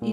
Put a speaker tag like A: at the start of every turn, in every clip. A: 一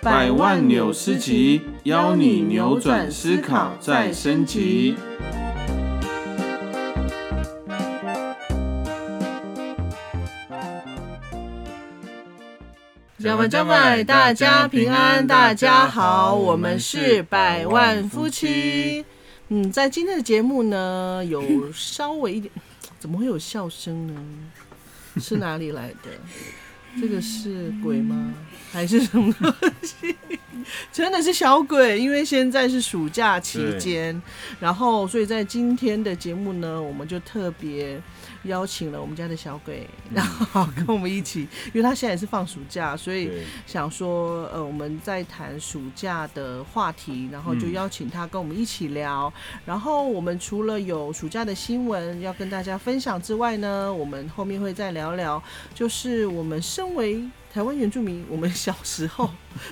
B: 百万纽斯集邀你扭转思考再升级。
A: 家们家们，大家平安，大家好，我们是百万夫妻。嗯，在今天的节目呢，有稍微一点，怎么会有笑声 呢？是哪里来的？这个是鬼吗？还是什么东西？真的是小鬼，因为现在是暑假期间，然后所以在今天的节目呢，我们就特别邀请了我们家的小鬼，
C: 嗯
A: 然后跟我们一起， 因为他现在也是放暑假，所以
C: 对，
A: 想说，呃，我们在谈暑假的话题，然后就
B: 嗯
A: 邀请他跟我们一起聊。然后我们除了有暑假的新闻要跟大家分享之外呢，我们后面会再聊聊，就是我们身为台湾原住民，我们小时候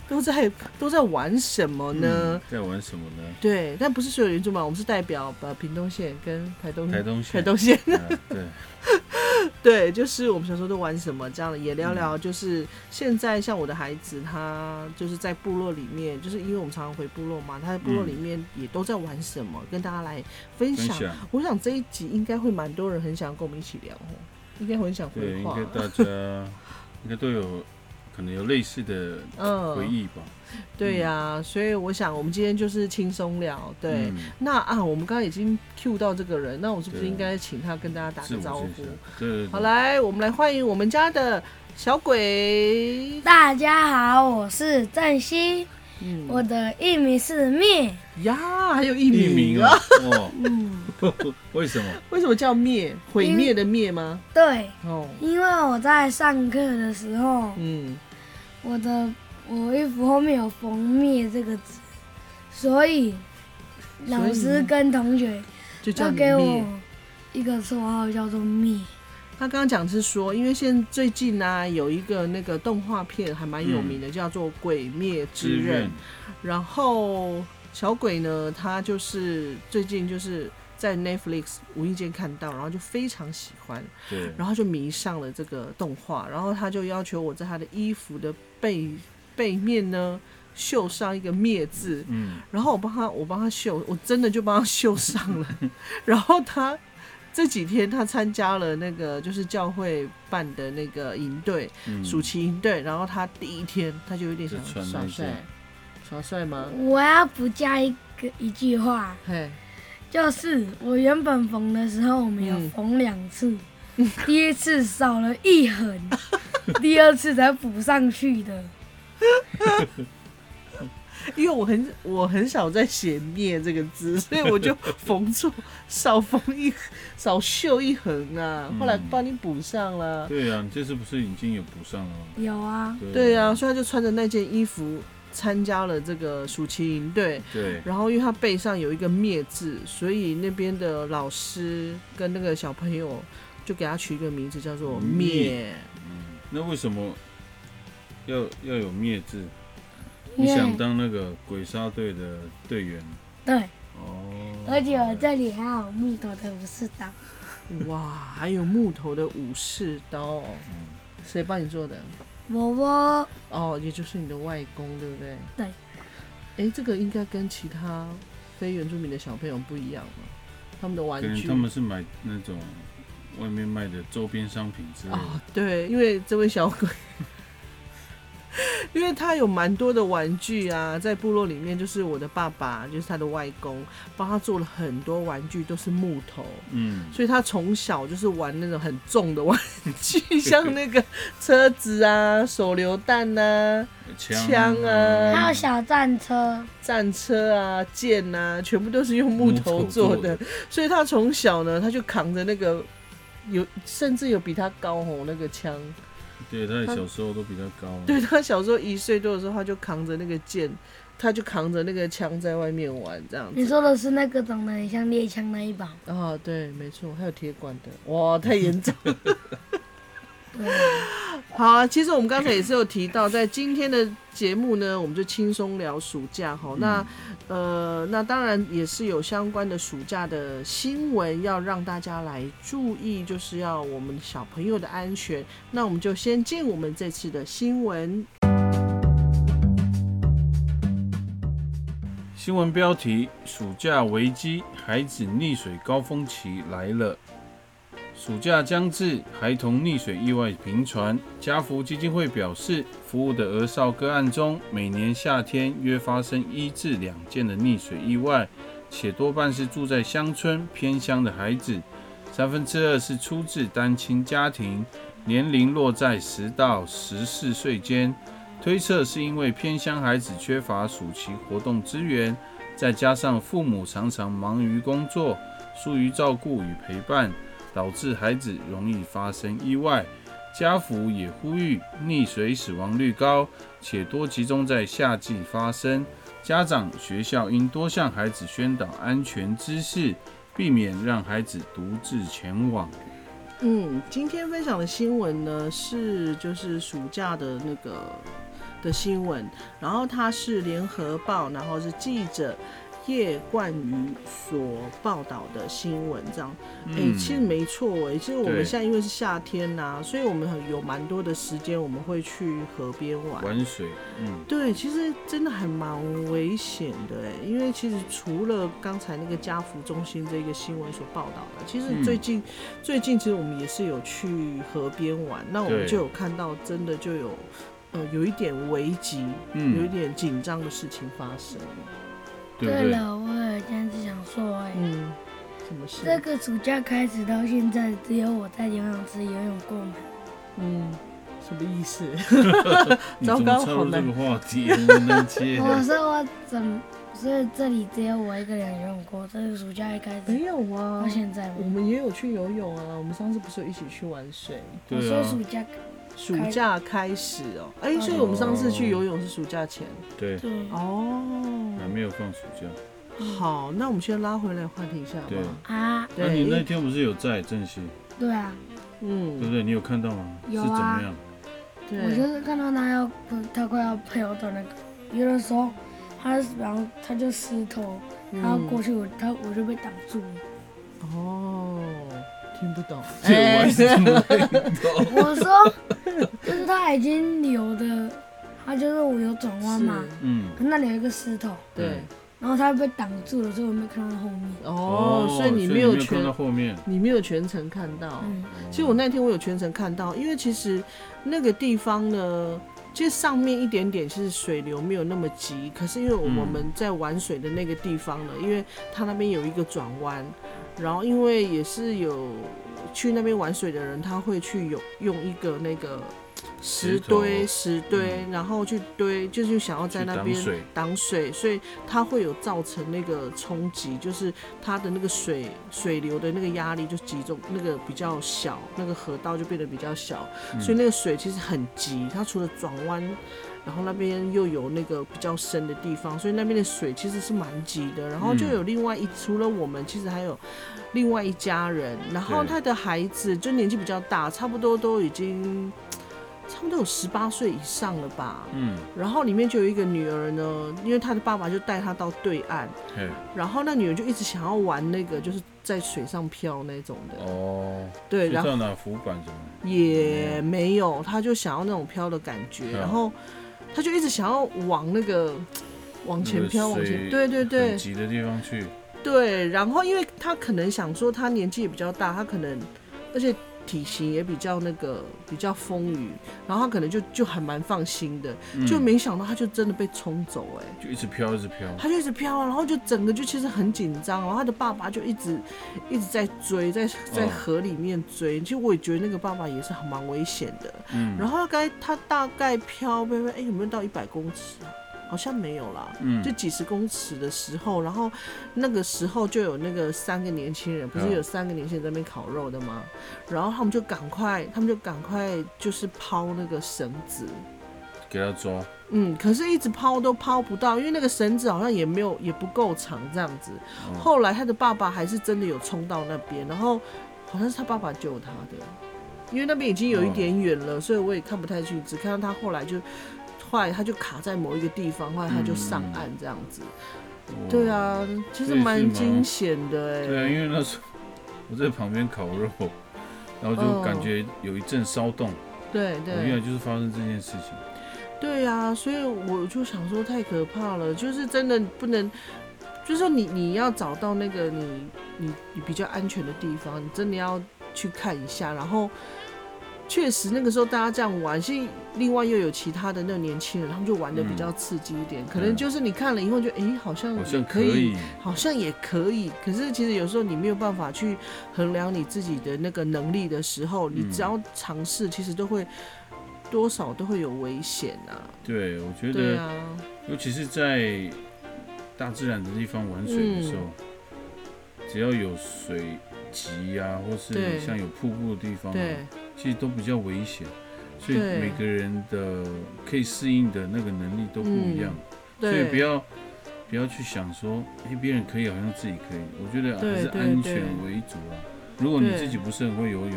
A: 都在都在玩什么呢？
C: 嗯在玩什么呢？
A: 对，但不是所有原住民，我们是代表呃屏东县跟台东
C: 台东
A: 嗯台
C: 县，
A: 东县。
C: 啊 对，
A: 对，就是我们小时候都玩什么这样的，也聊聊。就是现在像我的孩子，他就是在部落里面，就是因为我们常常回部落嘛，他在部落里面也都在玩什么，跟大家来分
C: 分
A: 享。
C: 享，
A: 我想这一集应该会蛮多人很想跟我们一起聊哦，应该很想
C: 对，
A: 回
C: 应
A: 话
C: 该。大家应该都有可能有类似的回
A: 嗯，
C: 忆吧？
A: 对呀、所以我想我们今天就是轻松聊。对，
C: 嗯，
A: 那啊，我们刚刚已经 Q 到这个人，那我是不是
C: 对啊
A: 应该请他跟大家打个
C: 自嗯我
A: 招
C: 介
A: 呼
C: 绍？，对对，对
A: 好，来，我们来欢迎我们家的小鬼。
D: 大家好，我是郑熙，
A: 嗯
D: 我的艺名是灭。
A: 呀，还有一
C: 艺
A: 名
C: 名啊， 哦，
D: 嗯，
C: 为什么？
A: 为什么叫灭？毁灭的灭吗？
D: 对，
A: 哦，
D: 因为我在上课的时候，
A: 嗯，
D: 我的我衣服后面有“蜂蜜”这个字，所以老师跟同学
A: 就叫
D: 就
A: 你
D: 给
A: 灭
D: 我。一个绰号叫做“灭
A: 他刚刚讲是说，因为现在最近呢、有一个那个动画片还蛮有名的，叫做《鬼灭嗯之刃》，然后小鬼呢，他就是最近就是。在 Netflix 无意间看到，然后就非常喜欢，
C: 对，
A: 然后就迷上了这个动画，然后他就要求我在他的衣服的背背面呢绣上一个“灭”字，
C: 嗯，
A: 然后我帮他，我帮他绣，我真的就帮他绣上 了。然后他这几天他参加了那个就是教会办的那个营队，
C: 嗯
A: 暑期营队。然后他第一天他就有点想
C: 就穿那
A: 耍
C: 件
A: 帅，耍帅”。吗？
D: 我要补加一个一句话，
A: 嘿，
D: 就是我原本缝的时候，我们有
A: 嗯
D: 缝两次，第一次少了一横， 第二次才补上去的。
A: 因为我很我很少在写“灭”这个 字，所以我就缝错少缝一少绣一横啊。后来
C: 嗯
A: 帮你补上了。
C: 对啊，你这次不是已经有补上了吗？
D: 有啊，
A: 对呀、，所以他就穿着那件衣服参加了这个暑期营队。
C: 对，
A: 然后因为他背上有一个“灭”字，所以那边的老师跟那个小朋友就给他取一个名字叫做“灭
C: 嗯，那为什么要要有灭字？
D: 因
C: 你
D: 为
C: 想当那个鬼杀队的队员？
D: 对，
C: 哦，
D: 而且我这里还有木头的武士刀，”。
A: 哇，还有木头的武士刀哦，
C: 嗯
A: 谁帮你做的？
D: 我我
A: 哦，也就是你的外公，对不对？
D: 对。
A: 哎，这个应该跟其他非原住民的小朋友不一样嘛，他们的玩
C: 可能
A: 具。
C: 他们是买那种外面卖的周边商品之类的。
A: 哦，对，因为这位小鬼，因为他有蛮多的玩具啊，在部落里面，就是我的爸爸，就是他的外公，帮他做了很多玩具，都是木头。
C: 嗯，
A: 所以他从小就是玩那种很重的玩 具，像那个车子啊、手榴弹啊、枪啊
C: 嗯
D: 还有小战车，
A: 战车啊、剑啊，全部都是用木头做的。
C: 木头做
A: 所以他从小呢，他就扛着那个有，甚至有比他高吼那个枪，
C: 对，他的小时候都比较高啊。
A: 对他小时候一岁多的时候，他就扛着那个剑，他就扛着那个枪在外面玩这样子。
D: 你说的是那个长得很像猎枪那一把，
A: 啊，对，没错，还有铁管的，哇，太严重。
D: 对啊，
A: 好啊，其实我们刚才也是有提到，在今天的节目呢，我们就轻松聊暑假哈。那、呃，那当然也是有相关的暑假的新闻要让大家来注意，就是要我们小朋友的安全。那我们就先进我们这次的新闻。
C: 新闻标题：暑假危机，孩子溺水高峰期来了。暑假将至，孩童溺水意外频传。家福基金会表示，服务的儿少个案中，每年夏天约发生一至两件的溺水意外，且多半是住在乡村偏乡的孩子，三分之二是出自单亲家庭，年龄落在十到十四岁间。推测是因为偏乡孩子缺乏暑期活动资源，再加上父母常常忙于工作，疏于照顾与陪伴，导致孩子容易发生意外。家福也呼吁，溺水死亡率高，且多集中在夏季发生。家长、学校应多向孩子宣导安全知识，避免让孩子独自前往。
A: 嗯，今天分享的新闻呢是就是暑假的那个的新闻，然后它是联合报，然后是记者叶冠宇所报道的新闻，这样。哎、其实没错哎、其实我们
C: 对
A: 现在因为是夏天呐、所以我们很有蛮多的时间，我们会去河边玩。
C: 玩水，嗯，
A: 对，其实真的还蛮危险的哎，因为其实除了刚才那个家福中心这个新闻所报道的，其实
C: 嗯
A: 最近、最近其实我们也是有去河边玩，那我们
C: 对
A: 就有看到真的就有呃有一点危急，
C: 嗯
A: 有一点紧张的事情发生。
C: 对不对？
D: 了，我有件事想说哎、
A: 嗯，什么事？
D: 这个暑假开始到现在，只有我在游泳池游泳过嘛。
A: 嗯，什么意思？
C: 你怎
A: 糟糕
C: 么
A: 好
C: 插入这
A: 难
C: 个话题？我们 能接
D: 我说我怎么，所以这里只有我一个人游泳过。这个暑假一开
A: 没
C: 嗯
D: 始
A: 有啊
D: 到，现在
A: 我
D: 吗？
A: 们也有去游泳啊，我们上次不是有一起去玩水？
D: 我
C: 对
D: 说
C: 啊
D: 暑，假
A: 暑假开始哦、哎、所以我们上次去游泳是暑假前
C: 对，
D: 对
C: 还
A: 哦。
C: 没有放暑假。
A: 好，那我们先拉回来话题一下好不
C: 对
A: 好？
D: 啊，
C: 那、你那天不是有在正熙，
D: 对啊，
C: 对不
A: 嗯，
C: 对？你有看到吗？
D: 有
C: 是怎
D: 啊
C: 么样？
D: 我
A: 对，
D: 就是看到他要他快要被我的那个，有的时候他然后他就失头，他要过去我他我就被挡住了。
A: 哦，听不懂。
C: 对，我还 是
A: 哎
C: 听不懂。
D: 我说，就是他已经流的，他就是我有转弯嘛，
A: 是
C: 嗯，
D: 可是那里有一个石头，
A: 对，
D: 然后他被挡住了，所以我没看到后面。
A: 哦，所以你没有
C: 有
A: 全
C: 看到，后面。
A: 你没有全程看
C: 哦
A: 到。
D: 嗯，
A: 其实我那天我有全程看到，因为其实那个地方呢，其实上面一点点，其实水流没有那么急。可是因为我
C: 嗯
A: 我们在玩水的那个地方呢，因为它那边有一个转弯，然后因为也是有去那边玩水的人，他会去有用一个那个。石
C: 石头嗯
A: 堆，石堆，然后去堆，就是想要在
C: 去
A: 那
C: 挡
A: 边
C: 水
A: 挡水，所以它会有造成那个冲击，就是它的那个水水流的那个压力就集中，那个比较小，那个河道就变得比较小，
C: 嗯
A: 所以那个水其实很急。它除了转弯，然后那边又有那个比较深的地方，所以那边的水其实是蛮急的。然后就
C: 嗯
A: 有另外一，除了我们，其实还有另外一家人，然后
C: 对
A: 他的孩子就年纪比较大，差不多都已经。差不多有十八岁以上了吧，
C: 嗯，
A: 然后里面就有一个女儿呢，因为她的爸爸就带她到对岸，
C: 嘿，
A: 然后那女儿就一直想要玩那个就是在水上漂那种的，
C: 哦，嗯
A: 对，
C: 就
A: 然后
C: 到哪浮板什么？
A: 也没有，她就想要那种漂的感觉，
C: 嗯
A: 然后她就一直想要往那个往前飘，
C: 那
A: 往
C: 个水
A: 前，对对
C: 很
A: 对
C: 急的地方去。
A: 对，然后因为她可能想说她年纪也比较大，她可能而且。体型也比较那个比较丰腴，然后她可能就就还蛮放心的，
C: 嗯
A: 就没想到她就真的被冲走哎、
C: 就一直飘，一直飘。
A: 他就一直飘啊，然后就整个就其实很紧张，然后他的爸爸就一直一直在追，在在
C: 嗯
A: 河里面追。其实我也觉得那个爸爸也是很蛮危险的。
C: 嗯，
A: 然后大概他大概飘飘飘，哎、有没有到一百公尺啊？好像没有啦，
C: 嗯
A: 就几十公尺的时候，然后那个时候就有那个三个年轻人，不是
C: 嗯
A: 有三个年轻人在那边烤肉的吗？然后他们就赶快，他们就赶快就是抛那个绳子，
C: 给他抓，
A: 嗯，可是一直抛都抛不到，因为那个绳子好像也没有也不够长这样子。
C: 嗯
A: 后来他的爸爸还是真的有冲到那边，然后好像是他爸爸救他的，因为那边已经有一点远了，所以我也看不太清，只看到他后来就。后来他就卡在某一个地方，后来他就上岸这样子。
C: 哦
A: 对，啊，其实蛮惊险的哎、
C: 对啊，因为那时候我在旁边烤肉，然后就感觉有一阵骚动，
A: 对
C: 我原来
A: 哦对
C: 就是发生这件事情。
A: 对啊，所以我就想说太可怕了，就是真的不能，就是说你你要找到那个你你你比较安全的地方，你真的要去看一下，然后。确实，那个时候大家这样玩，现在另外又有其他的那个年轻人，他们就玩的比较刺激一点。可能就是你看了以后就，哎、好像
C: 嗯好像
A: 可
C: 可
A: 以
C: 以，
A: 好像也可以，可是其实有时候你没有办法去衡量你自己的那个能力的时候，
C: 嗯
A: 你只要尝试，其实都会多少都会有危险啊。
C: 对，我觉
A: 对
C: 得，
A: 啊，
C: 尤其是在大自然的地方玩水的时候，
A: 嗯
C: 只要有水急啊，或
A: 对
C: 是像有瀑布的地方、啊，
A: 对
C: 其实都比较危险。所以
A: 对
C: 每个人的可以适应的那个能力都不一样，哦所以
A: 嗯对，
C: 不要不要去想说，哎、别人可以，好像自己可以。我觉得还
A: 对
C: 是
A: 对
C: 安
A: 对
C: 全为主啦。如果你
A: 对
C: 自己不是很会游泳，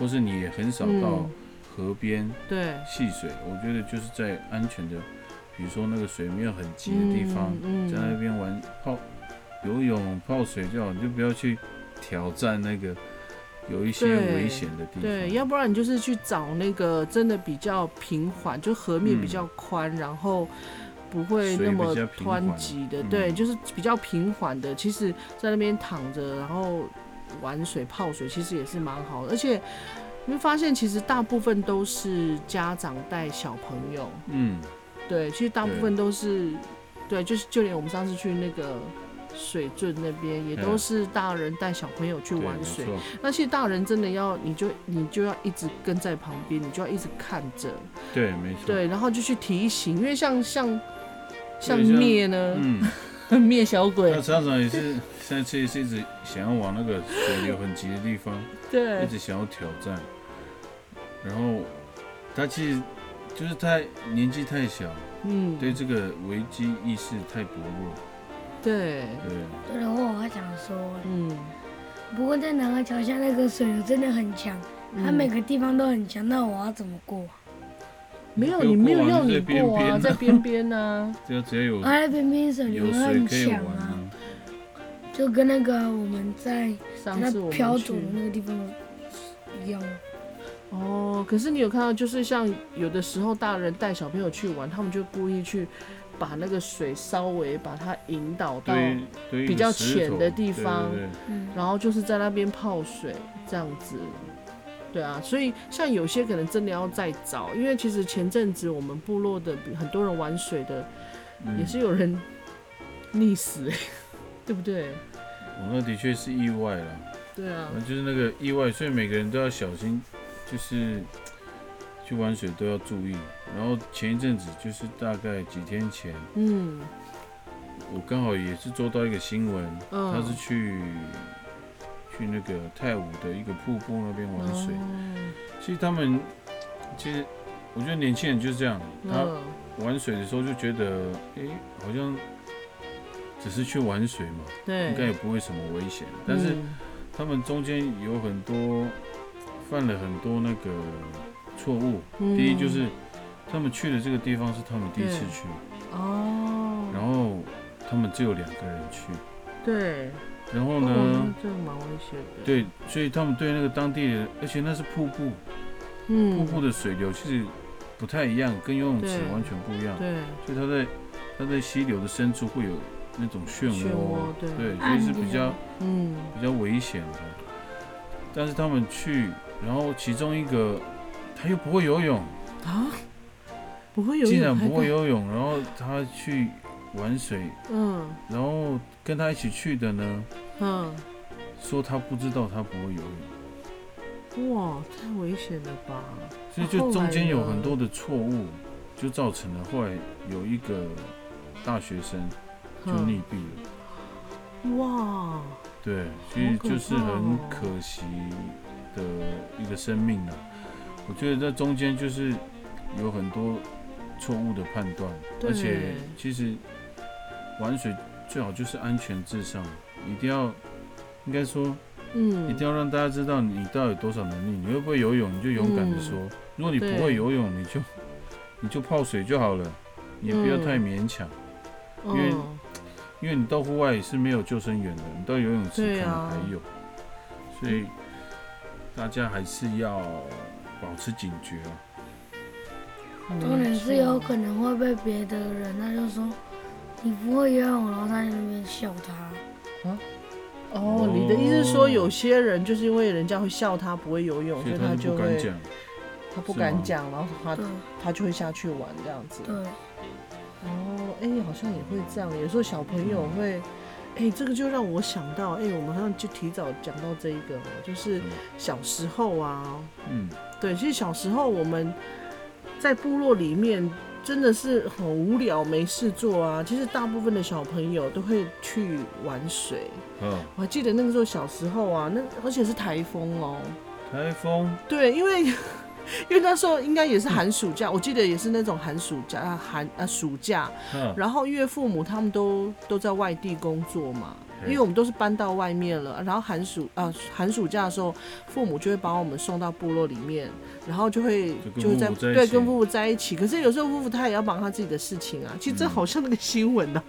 C: 或是你也很少到
A: 嗯
C: 河边
A: 对
C: 戏水，我觉得就是在安全的，比如说那个水没有很急的地方，
A: 嗯嗯
C: 在那边玩泡游泳、泡水就好，你就不要去挑战那个有一些
A: 对
C: 危险的地方。
A: 对，要不然你就是去找那个真的比较平缓，就河面比较宽，然后不会那么
C: 水比较平缓
A: 湍急的，
C: 嗯
A: 对，就是比较平缓的。其实在那边躺着，然后玩水泡水，其实也是蛮好的。而且你会发现，其实大部分都是家长带小朋友，
C: 嗯，
A: 对，其实大部分都是，对，就是就连我们上次去那个水圳那边，也都
C: 嗯
A: 是大人带小朋友去
C: 对，
A: 玩
C: 没
A: 水。
C: 错，
A: 那些大人真的要，你就你就要一直跟在旁边，你就要一直看着，
C: 对，没错，，
A: 对，然后就去提醒，因为像像像
C: 像
A: 灭呢，
C: 嗯。
A: 灭小
C: 那
A: 鬼，
C: 常常也是，上次也是一直想要往那个水流很急的地方，一
A: 对
C: 直想要挑战。然后他其实就是太年纪太小，
A: 嗯，
C: 对这个危机意识太薄弱。
A: 对，
C: 对，
D: 对的话，我还想说，
A: 嗯，
D: 不过在南河桥下那个水流真的很强，它
A: 嗯
D: 每个地方都很强，那我要怎么过？
A: 没有
C: 没有
A: 你没有
C: 过啊
A: 要你
C: 就在边
A: 过啊，
C: 边啊
A: 在边边啊呢，
C: 只要只要有
D: 而那边边水流
C: 嗯有水
D: 哎很
C: 可以
D: 强
C: 玩
D: 啊，
C: 啊，
D: 就跟那个我们在
A: 上
D: 那
A: 次我
D: 飘
A: 们去
D: 走的那个地方一样。
A: 哦，可是你有看到，就是像有的时候大人带小朋友去玩，他们就故意去把那个水稍微把它引导到，
C: 对对，
A: 比较浅的地
C: 对
A: 方
C: 对对
D: 嗯，
A: 然后就是在那边泡水这样子。对啊，所以像有些可能真的要再找，因为其实前阵子我们部落的很多人玩水的，
C: 嗯
A: 也是有人溺死、欸，对不对？
C: 我那的确是意外了。
A: 对啊，
C: 反正就是那个意外，所以每个人都要小心，就是去玩水都要注意。然后前一阵子就是大概几天前，
A: 嗯
C: 我刚好也是做到一个新闻，
A: 嗯，
C: 他是去去那个泰武的一个瀑布那边玩水。
A: 哦
C: 其实他们其实我觉得年轻人就是这样，他
A: 哦，
C: 玩水的时候就觉得，诶，好像只是去玩水嘛，
A: 嗯，对，
C: 应该也不会什么危险，但是。
A: 嗯
C: 他们中间有很多犯了很多那个错误。
A: 嗯
C: 第一就是他们去的这个地方是他们第一次去，
A: 哦，
C: 然后他们只有两个人去，
A: 对，
C: 然后
A: 哦
C: 呢，，
A: 这个蛮危险的。，
C: 对，所以他们对那个当地人，而且那是瀑布，
A: 嗯，
C: 瀑布的水流其实不太一样，跟游泳池
A: 对
C: 完全不一样，
A: 对
C: 所以他在他在溪流的深处会有那种漩
A: 漩涡，，
C: 涡
A: 对，
C: 对，所以是比较。
A: 嗯
C: 比较危险的。但是他们去，然后其中一个他又不会游泳，
A: 啊，不会游泳，
C: 竟然不会
A: 有，
C: 游泳，然后他去玩水，
A: 嗯
C: 然后跟他一起去的呢，
A: 嗯，
C: 说他不知道他不会游泳，
A: 哇，太危险了吧？
C: 所以就中间有很多的错误。就造成了后来有一个大学生就
A: 嗯
C: 溺毙了。
A: 哇，
C: 对，其实就是
A: 好可怕
C: 很
A: 哦
C: 可惜的一个生命啊。我觉得这中间就是有很多错误的判断，
A: 对
C: 而且其实玩水最好就是安全至上，一定要应该说一
A: 嗯，
C: 定要让大家知道你到底有多少能力。你会不会游泳，你就勇敢的说；如果你不会
A: 嗯对
C: 游泳，你就你就泡水就好了，你也不要
A: 嗯
C: 太勉强，
A: 嗯
C: 因为因为你到户外也是没有救生员的，你到游泳池
A: 对
C: 可能
A: 啊
C: 还有，所以大家还是要保持警觉啊。
D: 重点是有可能会被别的人，他就说你不会游泳，然后他在那边笑他。
A: 哦，你的意思是说有些人就是因为人家会笑他不会游泳，
C: 所
A: 所
C: 以
A: 以
C: 他就
A: 就
C: 不敢
A: 会
C: 讲，
A: 他不
C: 是
A: 敢
C: 吗
A: 讲，然后他
D: 对
A: 他就会下去玩这样子。
D: 对，
A: 哦，哎、好像也会这样。有时候小朋友会，哎、这个就让我想到，哎、我们好像就提早讲到这一个哦，就是
C: 嗯
A: 小时候啊，
C: 嗯，
A: 对，其实小时候我们在部落里面真的是很无聊，没事做啊。其实大部分的小朋友都会去玩水。
C: 哦，
A: 我还记得那个时候小时候啊，那而且是台风哦，
C: 台风，
A: 对，因为因为那时候应该也是寒暑假，我记得也是那种寒暑假啊寒啊暑假，
C: 嗯
A: 然后因为父母他们都都在外地工作嘛，
C: 嗯
A: 因为我们都是搬到外面了，然后寒暑啊、寒暑假的时候，父母就会把我们送到部落里面，然后就会
C: 就跟
A: 会在对
C: 父母在一起
A: 跟父母在一起。可是有时候夫妇他也要忙他自己的事情啊，其实这
C: 嗯
A: 好像那个新闻呢、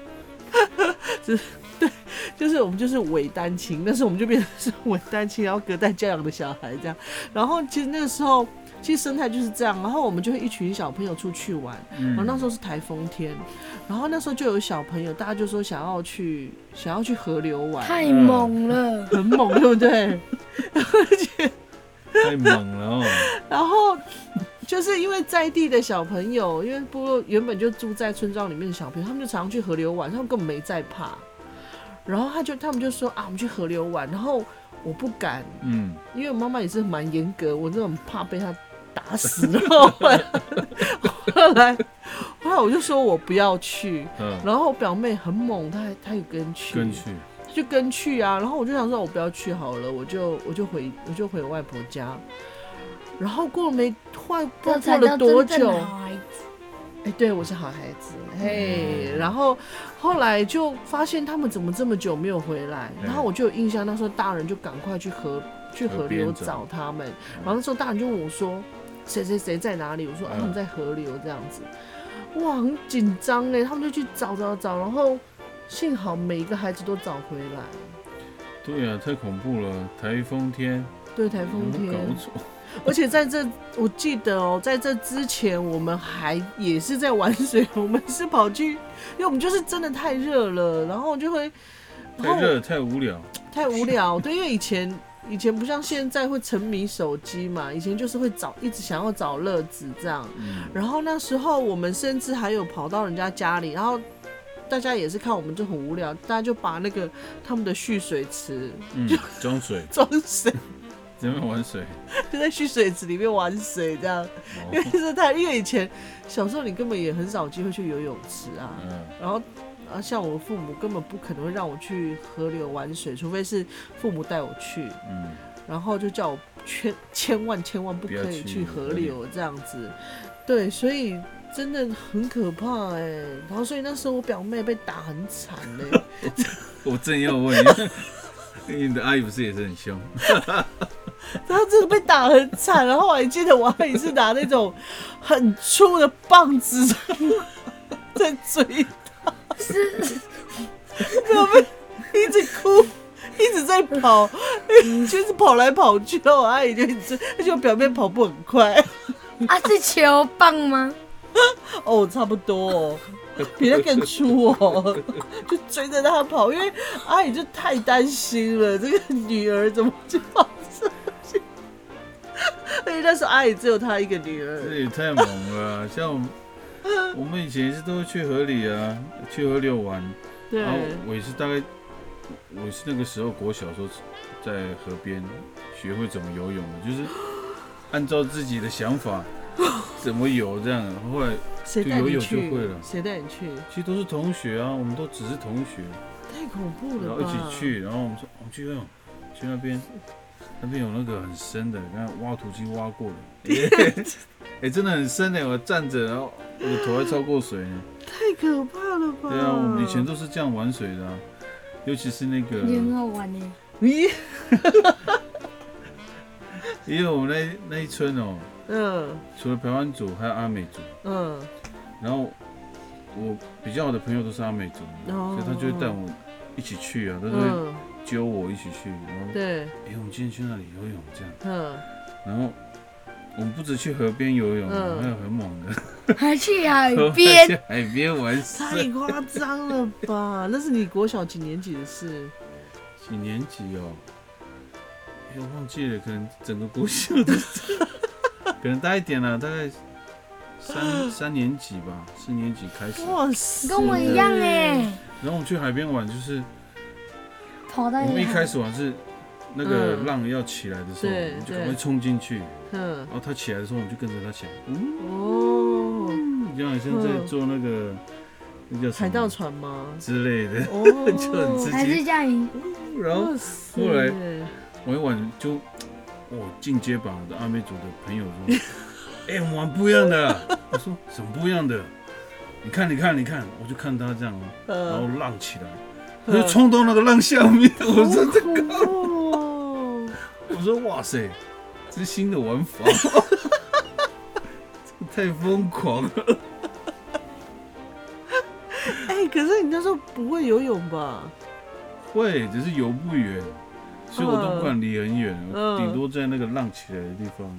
A: 只是对，就是我们就是伪单亲，但是我们就变成是伪单亲，然后隔代教养的小孩这样。然后其实那个时候，其实生态就是这样，然后我们就会一群小朋友出去玩。
C: 嗯
A: 然后哦那时候是台风天，然后那时候就有小朋友，大家就说想要去想要去河流玩，
D: 太猛了，
A: 很猛，对不对？
C: 太猛了哦，
A: 然后就是因为在地的小朋友，因为部落原本就住在村庄里面的小朋友，他们就常常去河流玩，他们根本没在怕。然后他就他们就说啊，我们去河流玩，然后我不敢，
C: 嗯，
A: 因为我妈妈也是蛮严格，我真的很怕被她打死。然后后来 后来后来我就说我不要去。
C: 嗯，
A: 然后我表妹很猛，她还她也跟去，
C: 跟去，
A: 她就跟去啊。然后我就想说，我不要去好了，我就我就回我就回外婆家。然后过了没快不
D: 这
A: 知道
D: 才
A: 过了
D: 叫
A: 多
D: 真正
A: 久？
D: 的好孩子。
A: 哎，对我是好孩子，嘿。然后后来就发现他们怎么这么久没有回来，
C: 嗯
A: 然后我就有印象，那时候大人就赶快去河去河
C: 河边
A: 流
C: 找
A: 找他们，然后那时候大人就问我说。谁谁谁在哪里？我说、啊
C: 嗯
A: 他们在河流这样子，哇，很紧张哎，他们就去找找找，然后幸好每一个孩子都找回来。
C: 对啊，太恐怖了，台风天，
A: 对，台
C: 有
A: 风
C: 没有
A: 天，
C: 嗯搞错？
A: 而且在这，我记得哦，在这之前我们还也是在玩水，我们是跑去，因为我们就是真的太热了，然后就会，然
C: 太
A: 后
C: 热，太无聊，
A: 太无聊，对，因为以前以前不像现在会沉迷手机嘛，以前就是会找一直想要找乐子这样，
C: 嗯，
A: 然后那时候我们甚至还有跑到人家家里，然后。大家也是看我们就很无聊，大家就把那个他们的蓄水池
C: 嗯，装水，
A: 装水，
C: 在那边 玩水，
A: 就在蓄水池里面玩水这样。因为
C: 哦，
A: 是太，因为以前小时候你根本也很少有机会去游泳池啊，
C: 嗯，
A: 然后啊，像我父母根本不可能会让我去河流玩水，除非是父母带我去，
C: 嗯，
A: 然后就叫我千千万千万不可
C: 不要
A: 以
C: 去
A: 去河
C: 河流
A: 流这样子，对，所以真的很可怕哎、然后所以那时候我表妹被打很惨欸嘞、
C: 我正要问你，你 的阿姨不是也是很凶？
A: 然后真的被打很惨，然后我还记得我阿姨是拿那种很粗的棒子在追
D: 是
A: 一直哭，一直在跑， 就是跑来跑去，然后我阿姨就一直，而且我表妹跑步很快，
D: 啊，是球棒吗？
A: 哦，差不多、哦，比她更粗 哦，就追着她跑，因为阿姨就太担心了，这个女儿怎么就跑这 些？而且那时候阿姨只有她一个女
C: 这
A: 儿，
C: 也太猛了啊、像我们，我们以前也是都会去河里啊，去河流玩。
A: 对
C: 然后我也是大概，我是那个时候国小的时候在河边学会怎么游泳的，就是按照自己的想法，怎么游这样啊？后来
A: 谁带
C: 就游
A: 你
C: 泳就
A: 去
C: 会了？
A: 谁带你去？
C: 其实都是同学啊，我们都只是同学，
A: 太恐怖
C: 然
A: 了
C: 后一
A: 吧！
C: 起去，然后我们说我们去游泳，去那边，那边有那个很深的，刚才挖土机挖过的，哎、 哎真的很深呢，我站着，然后我的头还超过水呢。
A: 太可怕了吧？
C: 对啊，我们以前都是这样玩水的、啊，尤其是那个，
D: 也很好玩呢。
A: 你
C: 因为我们那那一村哦，
A: 嗯
C: 除了台湾族还有阿美族，
A: 嗯
C: 然后我比较好的朋友都是阿美族，
A: 哦
C: 所以他就会带我一起去啊，他都会
A: 嗯，
C: 揪我一起去，然后
A: 对，
C: 哎、我们今天去那里游泳这样，
A: 嗯
C: 然后我们不止去河边游泳，
A: 嗯
C: 还有很猛的
D: 还去海
C: 还
D: 边，
C: 去海边玩
A: 太
C: 水。
A: 夸张了 吧？那是你国小几年级的事？
C: 几年级哦？哎、我忘记了，可能整个国小都是， 可能大一点了，大概 三三年级吧，四年级开始。
A: 哇塞，
D: 跟我一样哎，
C: 然后我们去海边玩，就是
D: 跑到
C: 我们一开
D: 海
C: 始玩是那个
A: 哎嗯
C: 浪要起来的时候，
A: 对
C: 我们就
A: 对
C: 赶快冲进去，
A: 嗯
C: 然后它起来的时候，我们就跟着它起来。嗯，
A: 哦，
C: 就好像在做那个那叫什么
A: 嗯海盗船吗？
C: 之类的。
A: 哦，
C: 就很刺激
D: 还是这样赢，
C: 然后
A: 哇塞
C: 后来玩一玩就，我进阶把我的阿美族的朋友说，哎、我们玩不一样的啊。我说什么不一样的？你看，你看，你看，我就看他这样哦，然
A: 呃，
C: 后浪起来，他就冲到那个浪下面。我说这，
A: 恐怖哦，
C: 我说哇塞，这是新的玩法，这个太疯狂了。
A: 哎，可是你那时候不会游泳吧？
C: 会，只是游不远，所以我都不敢离很远，
A: 嗯
C: 我顶多在那个浪起来的地方，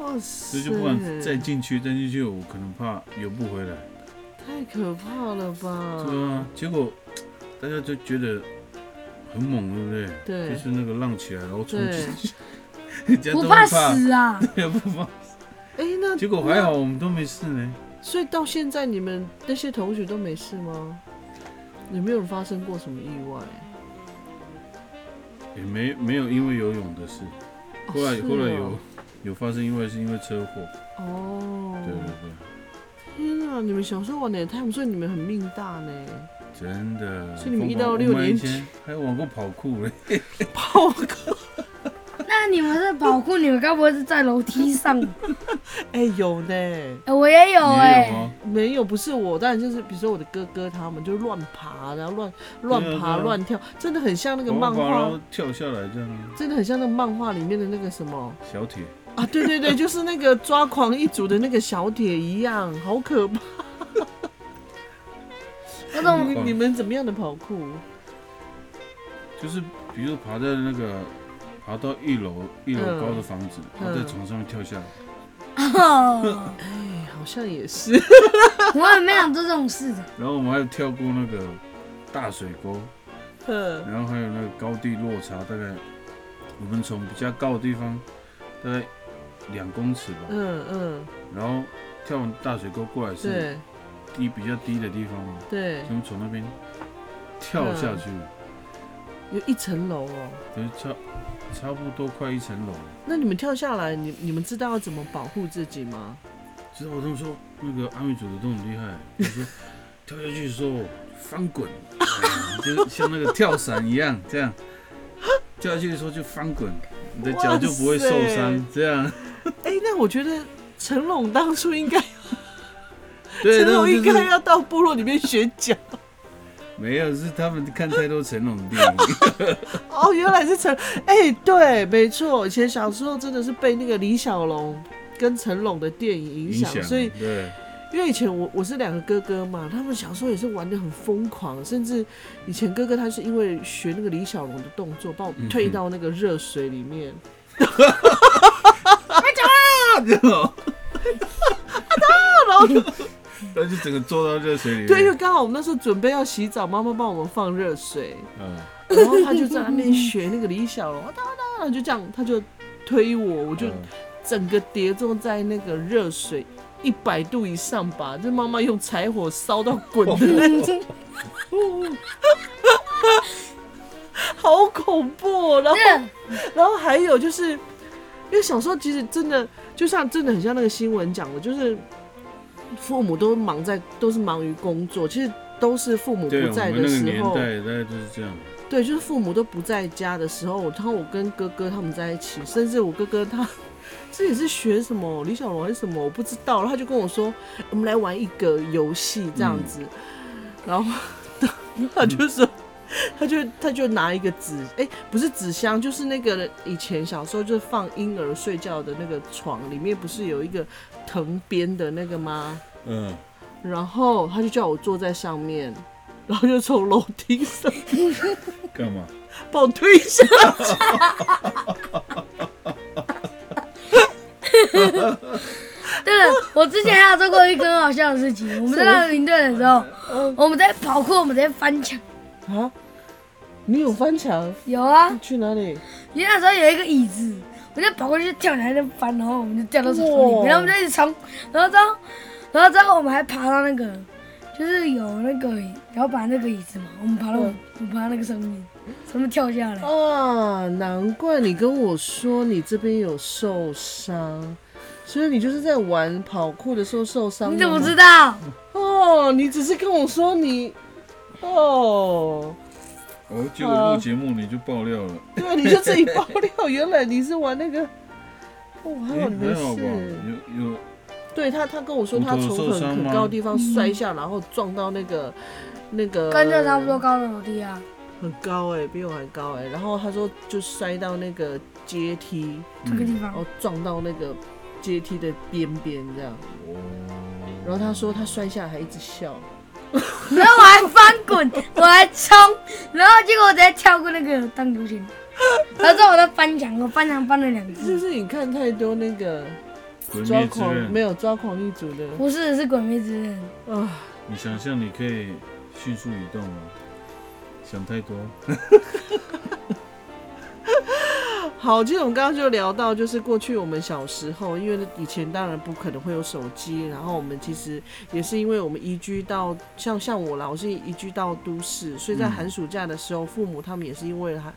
A: 哇塞，
C: 所以就不敢再进去，再进去我可能怕游不回来。
A: 太可怕了吧？
C: 对啊，结果大家就觉得很猛，对不对？
A: 对
C: 就是那个浪起来，然后冲进去，人家都会
D: 不怕
C: 怕，
D: 死啊！
C: 对，不怕。
A: 哎，那
C: 结果还好，我们都没事呢。
A: 所以到现在你们那些同学都没事吗？有没有人发生过什么意外？
C: 也没没有因为游泳的事，
A: 哦
C: 后来后来有有发生意外，是因为车祸。
A: 哦
C: 对对对，
A: 天啊，你们小时候玩的也太不顺，你们很命大 呢。
C: 真的。
A: 所以你们
C: 疯狂
A: 一到
C: 我
A: 六
C: 们以
A: 年
C: 前
A: 级
C: 还玩过跑酷嘞，
A: 跑酷，
D: 那你们是跑酷，你们该不会是在楼梯上？
A: 哎、有呢，
D: 哎我也
A: 哦
D: 有
C: 也
D: 哎
C: 有，吗？
A: 没有不是我，当然就是比如说我的哥哥他们就乱爬，然后乱乱爬
C: 对啊
A: 乱跳，真的很像那个
C: 跑
A: 漫
C: 跑然
A: 画
C: 后，跳下来这样啊，
A: 真的很像那个漫画里面的那个什么
C: 小铁。
A: 啊，对对 对，就是那个抓狂一族的那个小铁一样，好可 怕。
D: 我怎么
A: 你你们怎么样的跑酷？
C: 就是比如爬在那个爬到一楼一
A: 嗯
C: 楼高的房子，他在床上面跳下来，啊
D: 哦
A: 哎，好像也是，
D: 我也没想做这种事的。
C: 然后我们还有跳过那个大水沟，
A: 嗯
C: 然后还有那个高地落差，大概我们从比较高的地方大概两公尺吧，
A: 嗯嗯，
C: 然后跳完大水沟过来是
A: 对
C: 低比较低的地方嘛，
A: 对
C: 就，从那边跳下去，
A: 嗯有一层楼哦。
C: 就是差差不多快一层楼了。
A: 那你们跳下来，你你们知道要怎么保护自己吗？
C: 知道我他们说那个阿美族的都很厉害，我说跳下去的时候翻滚，哎就像那个跳伞一样这样，跳下去的时候就翻滚，你的脚就不会受
A: 哇
C: 伤。这样，
A: 哎、那我觉得成龙当初应该，
C: 对，
A: 成
C: 那
A: 龙
C: 我就
A: 应
C: 是
A: 该要到部落里面学脚。
C: 没有，是他们看太多成龙的 电影，
A: 哦，原来是成，哎、对，没错，以前小时候真的是被那个李小龙跟成龙的电影影
C: 影
A: 响，
C: 响
A: 所以 啊
C: 对，
A: 因为以前我我是两个哥哥嘛，他们小时候也是玩的很疯狂，甚至以前哥哥他是因为学那个李小龙的动作，把我
C: 嗯哼
A: 推到那个热水里面，啊然
C: 然后
A: 后就
C: 他就整个坐到热水里面，
A: 对，因为刚好我们那时候准备要洗澡，妈妈帮我们放热水，
C: 嗯，
A: 然后他就在那边 学那个李小龙，当当当，就这样，他就推我，我就
C: 嗯
A: 整个跌坐在那个热水一百度以上吧，就妈妈用柴火烧到滚的那种， 好恐怖、哦。然后，哦
D: 这
A: 然后还有就是，因为小时候其实真的就像真的很像那个新闻讲的，就是父母都忙在都是忙于工作，其实都是父母
C: 对
A: 不
C: 我
A: 在
C: 们那
A: 的
C: 个
A: 时
C: 年
A: 候，
C: 代大概就是这样。
A: 对，就是父母都不在家的时候，然后我跟哥哥他们在一起，甚至我哥哥他这也是学什么李小龙还是什么，我不知道。然后他就跟我说，我们来玩一个游戏这样子，然后 他就说。他就他就拿一个纸，哎、不是纸箱，就是那个以前小时候就是放婴儿睡觉的那个床，里面不是有一个藤编的那个吗？
C: 嗯，
A: 然后他就叫我坐在上面，然后就从楼梯上
C: 干嘛？
A: 把我推下去。
D: 对了，我之前还有做过一个很好笑的事情，我们在那营队的时候，
A: 嗯
D: 我们在跑酷，我们在翻墙。
A: 啊？你有翻墙？
D: 有啊，
A: 去哪里？
D: 因为那时候有一个椅子，我就跑过去跳起来就翻，然后我们就掉到床里面，
A: 哇
D: 然后我们就一直冲，然后之后，然后之后我们还爬到那个，就是有那个老板那个椅子嘛，我们爬到、
A: 嗯
D: 我们爬到那个上面，上面跳下来。
A: 啊，难怪你跟我说你这边有受伤，所以你就是在玩跑酷的时候受伤。
D: 你怎么知
A: 道？
D: 道？
A: 哦，你只是跟我说你，哦，
C: 哦，结果
A: 呃
C: 录节目你就爆料了，
A: 对，啊你就自己爆料，原来你是玩那个。哦，还
C: 哎
A: 好你没
C: 还好吧？
A: 事。
C: 有有
A: 对他，他跟我说
C: 骨头
A: 他从
C: 受
A: 很
C: 伤
A: 很
C: 吗
A: 高的地方摔下，然后撞到那个那个
D: 跟这差不多高的楼梯啊，
A: 很高哎、比我还高哎、然后他说就摔到那个阶梯，
C: 嗯
D: 这个地方
A: 然。后撞到那个阶梯的边边这样。
C: 哦，
A: 然后他说他摔下来还一直笑，
D: 然后我还翻滚， 我还冲，然后结果我直接跳过那个荡秋千，然后之后我在翻墙，我翻墙翻了两
A: 就
D: 次，
A: 是你看太多那个
C: 鬼
A: 抓
C: 灭之
A: 狂没
C: 刃，
A: 有抓狂一族的
D: 不是是鬼灭之刃，
A: 啊，
C: 你想象你可以迅速移动吗？想太 多，
A: 好，其实我们刚刚就聊到，就是过去我们小时候，因为以前当然不可能会有手机，然后我们其实也是因为我们移居到像像我啦，我是移居到都市，所以在
C: 嗯
A: 寒暑假的时候，父母他们也是因为还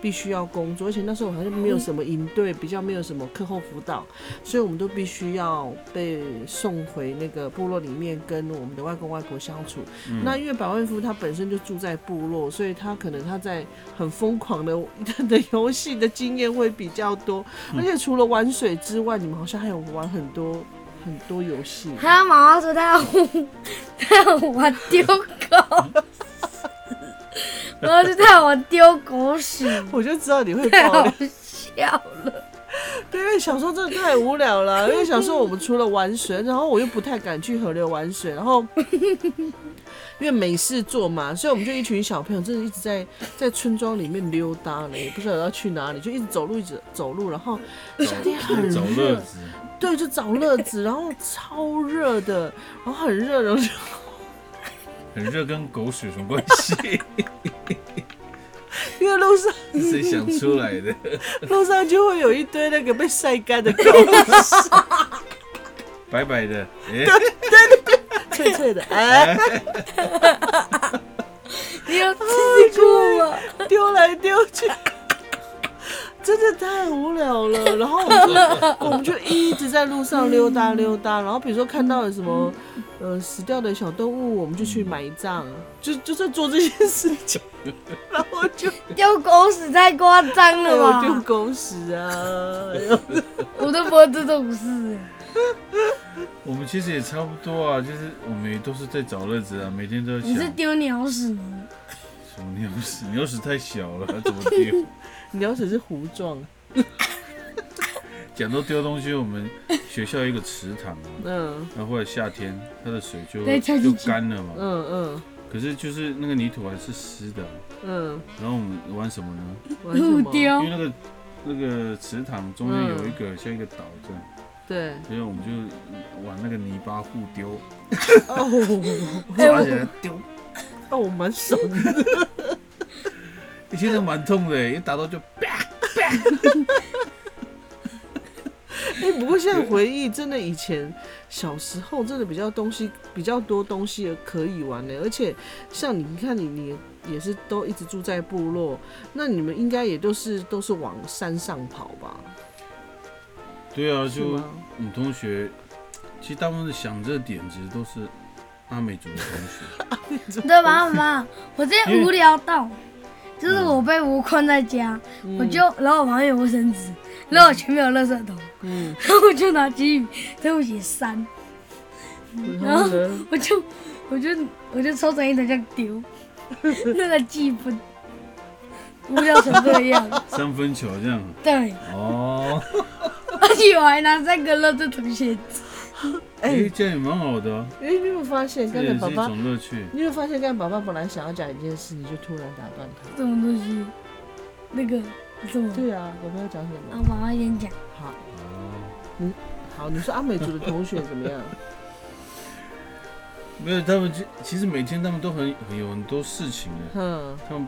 A: 必须要工作，而且那时候好像没有什么营队，比较没有什么课后辅导，所以我们都必须要被送回那个部落里面跟我们的外公外婆相处。
C: 嗯
A: 那因为百万富他本身就住在部落，所以他可能他在很疯狂的 的游戏的经验会比较多，而且除了玩水之外，你们好像还有玩很多很多游戏。
D: 还有妈妈说她要她要我丢狗，然后就她要我丢狗屎，
A: 我就知道你会
D: 太
A: 爆
D: 好
A: 料，
D: 笑了。
A: 对，因为小时候真的太无聊了。因为小时候我们除了玩水，然后我又不太敢去河流玩水，然后因为没事做嘛，所以我们就一群小朋友，真的一直在在村庄里面溜达呢，也不知道要去哪里，就一直走路，一直走路，然后夏天很
C: 找
A: 热
C: 乐子，
A: 对，就找乐子，然后超热的，然后很热，然后就
C: 很热跟狗屎有什么关 系？
A: 因为路上
C: 谁想出来 的？
A: 路上就会有一堆那个被晒干的
C: 啊
A: 狗屎，
C: 白白的，哎、
A: 脆脆的，哎，
D: 你有吃过吗？
A: 丢来丢去。 真的太无聊了，然后我们就我们就一直在路上溜达溜达，然后比如说看到有什么呃死掉的小动物，我们就去埋葬，就就在做这些事情，然后就
D: 丢狗屎太夸张
A: 还
D: 了
A: 有哎丢
D: 吧？
A: 狗屎啊，哎呦
D: 我都不会做这种事。
C: 我们其实也差不多啊，就是我们也都是在找乐子啊，每天都在想
D: 你是丢鸟屎吗？
C: 什么鸟屎，鸟屎太小了，怎么丢？
A: 鸟屎是糊状，
C: 讲到丢东西，我们学校有一个池塘啊，
A: 嗯。
C: 然后后来夏天它的水就
D: 对跳进
C: 就
D: 去
C: 干了嘛，
A: 嗯
C: 可是就是那个泥土还是湿的啊、
A: 嗯嗯，
C: 然后我们玩什么呢？
A: 玩 什
D: 路
A: 么？
D: 丢
C: 因为。那个那个池塘中间有一个
A: 嗯
C: 像一个岛这样，
A: 对，
C: 所以我们就玩那个泥巴互丢，
A: 哦，
C: 抓起来丢，
A: 那我蛮熟的。
C: 欸其实蛮痛的欸，一打到就
A: 哎，不过现在回忆，真的以前小时候真的比较东西比较多东西可以玩呢，而且像你，你看你你也是都一直住在部落，那你们应该也都是都是往山上跑吧？
C: 对啊，
A: 是
C: 就
A: 吗？
C: 我们同学，其实大部分想这点子都是阿美族的 同学，
D: 对吧，妈妈？我之前无聊到，就是我被我困在家，
C: 嗯
A: 嗯
D: 我就然后我旁边有卫生纸，然后我前面有垃圾桶，
A: 嗯，
D: 然后我就拿铅笔在我写三，
A: 嗯然后 呢？
D: 我就我就我就抽成一团这样丢， 那个记分，无聊成这样，
C: 三分球这样。
D: 对，
C: 哦，
D: 而且我还拿三个垃圾桶写字，
A: 哎
C: 哎，这样也蛮好的啊，
A: 哎，你有没有发现，
C: 这
A: 刚才
C: 也是
A: 爸
C: 一
A: 爸，
C: 种乐趣。
A: 你有没有发现，刚才爸爸本来想要讲一件事，你就突然打断他。
D: 这种东西，那个什么？
A: 对啊，我们要讲什
D: 啊
A: 么？，
D: 妈妈先讲，
A: 好，
C: 哦，
A: 好，你说阿美族的同学怎么样？
C: 没有，他们就其实每天他们都很很有很多事情啊，
A: 哼，
C: 他们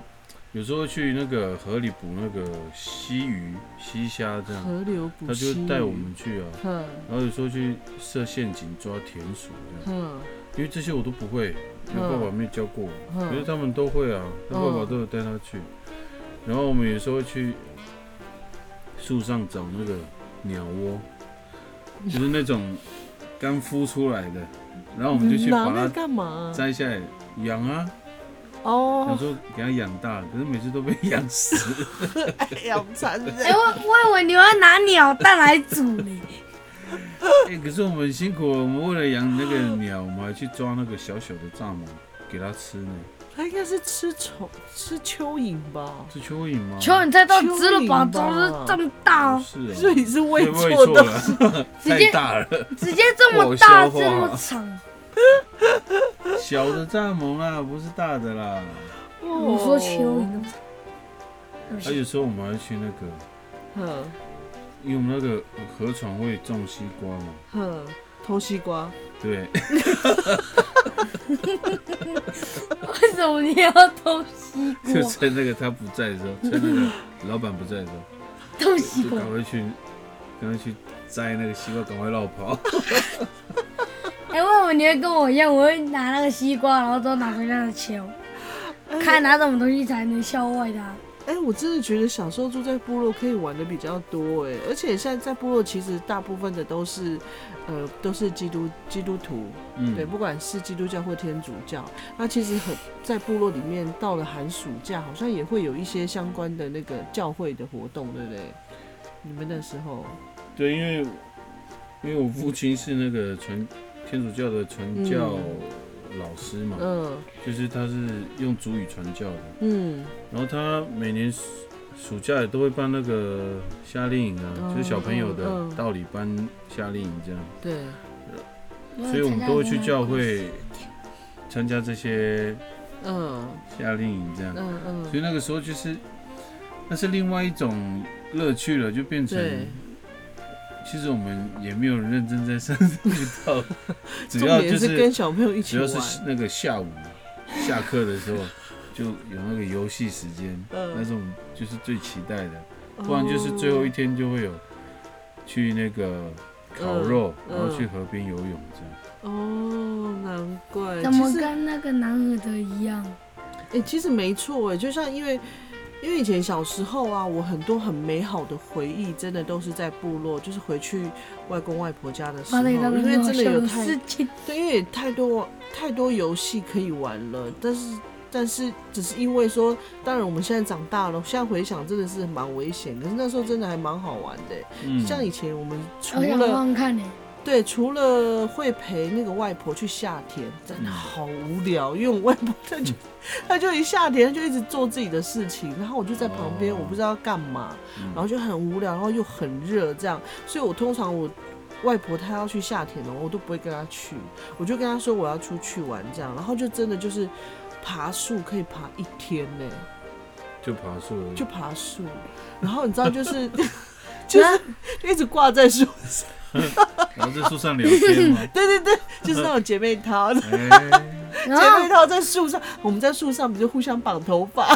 C: 有时候去那个河里捕那个溪鱼、溪虾这样，
A: 河流
C: 他
A: 不
C: 就
A: 息。
C: 带我们去啊。
A: 哼
C: 然后有时候去设陷阱抓田鼠这样，
A: 哼
C: 因为这些我都不会，因为
A: 嗯
C: 爸爸没有教过我。可是
A: 哼，
C: 他们都会啊，他爸爸
A: 嗯
C: 都有带他去。然后我们有时候会去树上找那个鸟窝，就是那种刚孵出来的，然后我们就去啊
A: 拿
C: 把
A: 那
C: 它
A: 干嘛？
C: 摘下来养啊，有
A: 哦，
C: 时候给它养大，可是每次都被养死。
A: 哎呀，残
D: 哎、
A: 忍。
D: 我我以为你会拿鸟蛋来煮呢，
C: 哎、可是我们很辛苦，我们为了养那个鸟，我们还去抓那个小小的蚱蜢给它吃呢，
A: 他应该是吃虫，吃蚯蚓吧？
C: 是蚯蚓
A: 啊
C: 吗？
D: 求你再到植了宝都是这么大
C: 不
D: 哦，
C: 是、哦，
A: 所以是喂
C: 对喂
A: 错
C: 错
A: 东
C: 了
A: 西。，
D: 直接
C: 太大了。
D: 直接这么大，
C: 我消化
D: 这么长。
C: 小的蚱蜢啊，不是大的啦。
D: 我哦说蚯
C: 啊，
D: 蚓，
A: 哎
C: 有时候我们还去那个，
A: 哼
C: 因为我们那个河床会种西瓜嘛，
A: 哼，偷西瓜。
C: 对，
D: 为什么你要偷西
C: 就
D: 瓜？
C: 趁那个他不在的时候，趁那个老板不在的时候，
D: 偷西
C: 就
D: 瓜
C: 赶，快去，赶快去摘那个西瓜，赶快绕跑。
D: 哎，为什么你会跟我一样？我会拿那个西瓜，然后都拿回家来敲，看拿什么东西才能校外它。
A: 哎、我真的觉得小时候住在部落可以玩的比较多哎，而且现在在部落其实大部分的都是，呃，都是基督基督徒，
C: 嗯，
A: 对，不管是基督教或天主教，那其实很在部落里面，到了寒暑假好像也会有一些相关的那个教会的活动，对不对？你们那时候，
C: 对，因为因为我父亲是那个传天主教的传教老师嘛，
A: 嗯
C: 就是他是用主语传教的，
A: 嗯
C: 然后他每年暑暑假也都会办那个夏令营啊，
A: 嗯
C: 就是小朋友
A: 嗯
C: 的
A: 嗯
C: 道理班夏令营这样，
A: 对，
C: 所以我们都会去教会参加这些
A: 嗯
C: 夏令营这样。
A: 嗯
C: 所以
A: 嗯，
C: 那个时候就是，那是另外一种乐趣了，就变成
A: 对，
C: 其实我们也没有认真在上这个 道理，只
A: 重
C: 要
A: 点
C: 就是
A: 跟小朋友一起
C: 只
A: 玩
C: 要，是那个下午下课的时候，就有那个游戏时间，
A: 嗯
C: 那是我们就是最期待的。不然就是最后一
A: 哦
C: 天就会有去那个烤肉，
A: 嗯
C: 然后去河边游泳这样。
A: 哦，难怪，
D: 怎么
A: 其实
D: 跟那个男儿的一样？
A: 哎、其实没错哎，就像因为因为以前小时候啊，我很多很美好的回忆，真的都是在部落，就是回去外公外婆家的时
D: 发
A: 候，
D: 生一
A: 哦因
D: 个
A: 为
D: 很好
A: 真的
D: 笑
A: 有
D: 的
A: 太
D: 事情，
A: 对，因为也太多太多游戏可以玩了，但是。但是只是因为说，当然我们现在长大了，现在回想真的是蛮危险，可是那时候真的还蛮好玩的欸。
C: 嗯，
A: 像以前我们除
D: 我想
A: 了
D: 看看你。
A: 对，除了会陪那个外婆去下田，真
C: 嗯
A: 的好无聊，因为我外婆她就、 她就一下田就一直做自己的事情，然后我就在旁边，
C: 哦
A: 我不知道要干嘛，
C: 嗯
A: 然后就很无聊，然后又很热这样，所以我通常我外婆她要去下田了，我都不会跟她去，我就跟她说我要出去玩这样，然后就真的就是爬树可以爬一天呢、
C: 就爬树而已
A: 就爬树，然后你知道就是 就是就一直挂在树上，。
C: 然后在树上聊天嘛
A: 对对对，就是那种姐妹淘。
C: 哎，
D: 然
A: 姐妹
D: 后
A: 淘在树上，我们在树上不就互相绑头发？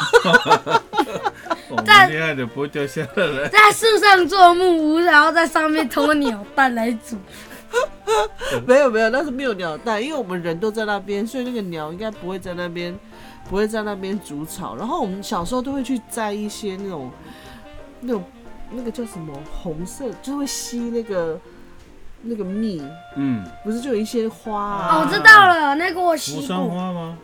C: 我们厉害的不会掉下来，
D: 在树上做木屋，然后在上面偷鸟 蛋来煮。
A: 没有没有，那是没有鸟蛋，因为我们人都在那边，所以那个鸟应该不会在那边，不会在那边筑巢。然后我们小时候都会去摘一些那种那种那个叫什么红色，就是会吸那个那个蜜，
C: 嗯，
A: 不是就有一些花、啊
D: 哦，我知道了，那个我
C: 扶
D: 吸
C: 桑
D: 过，
C: 花吗？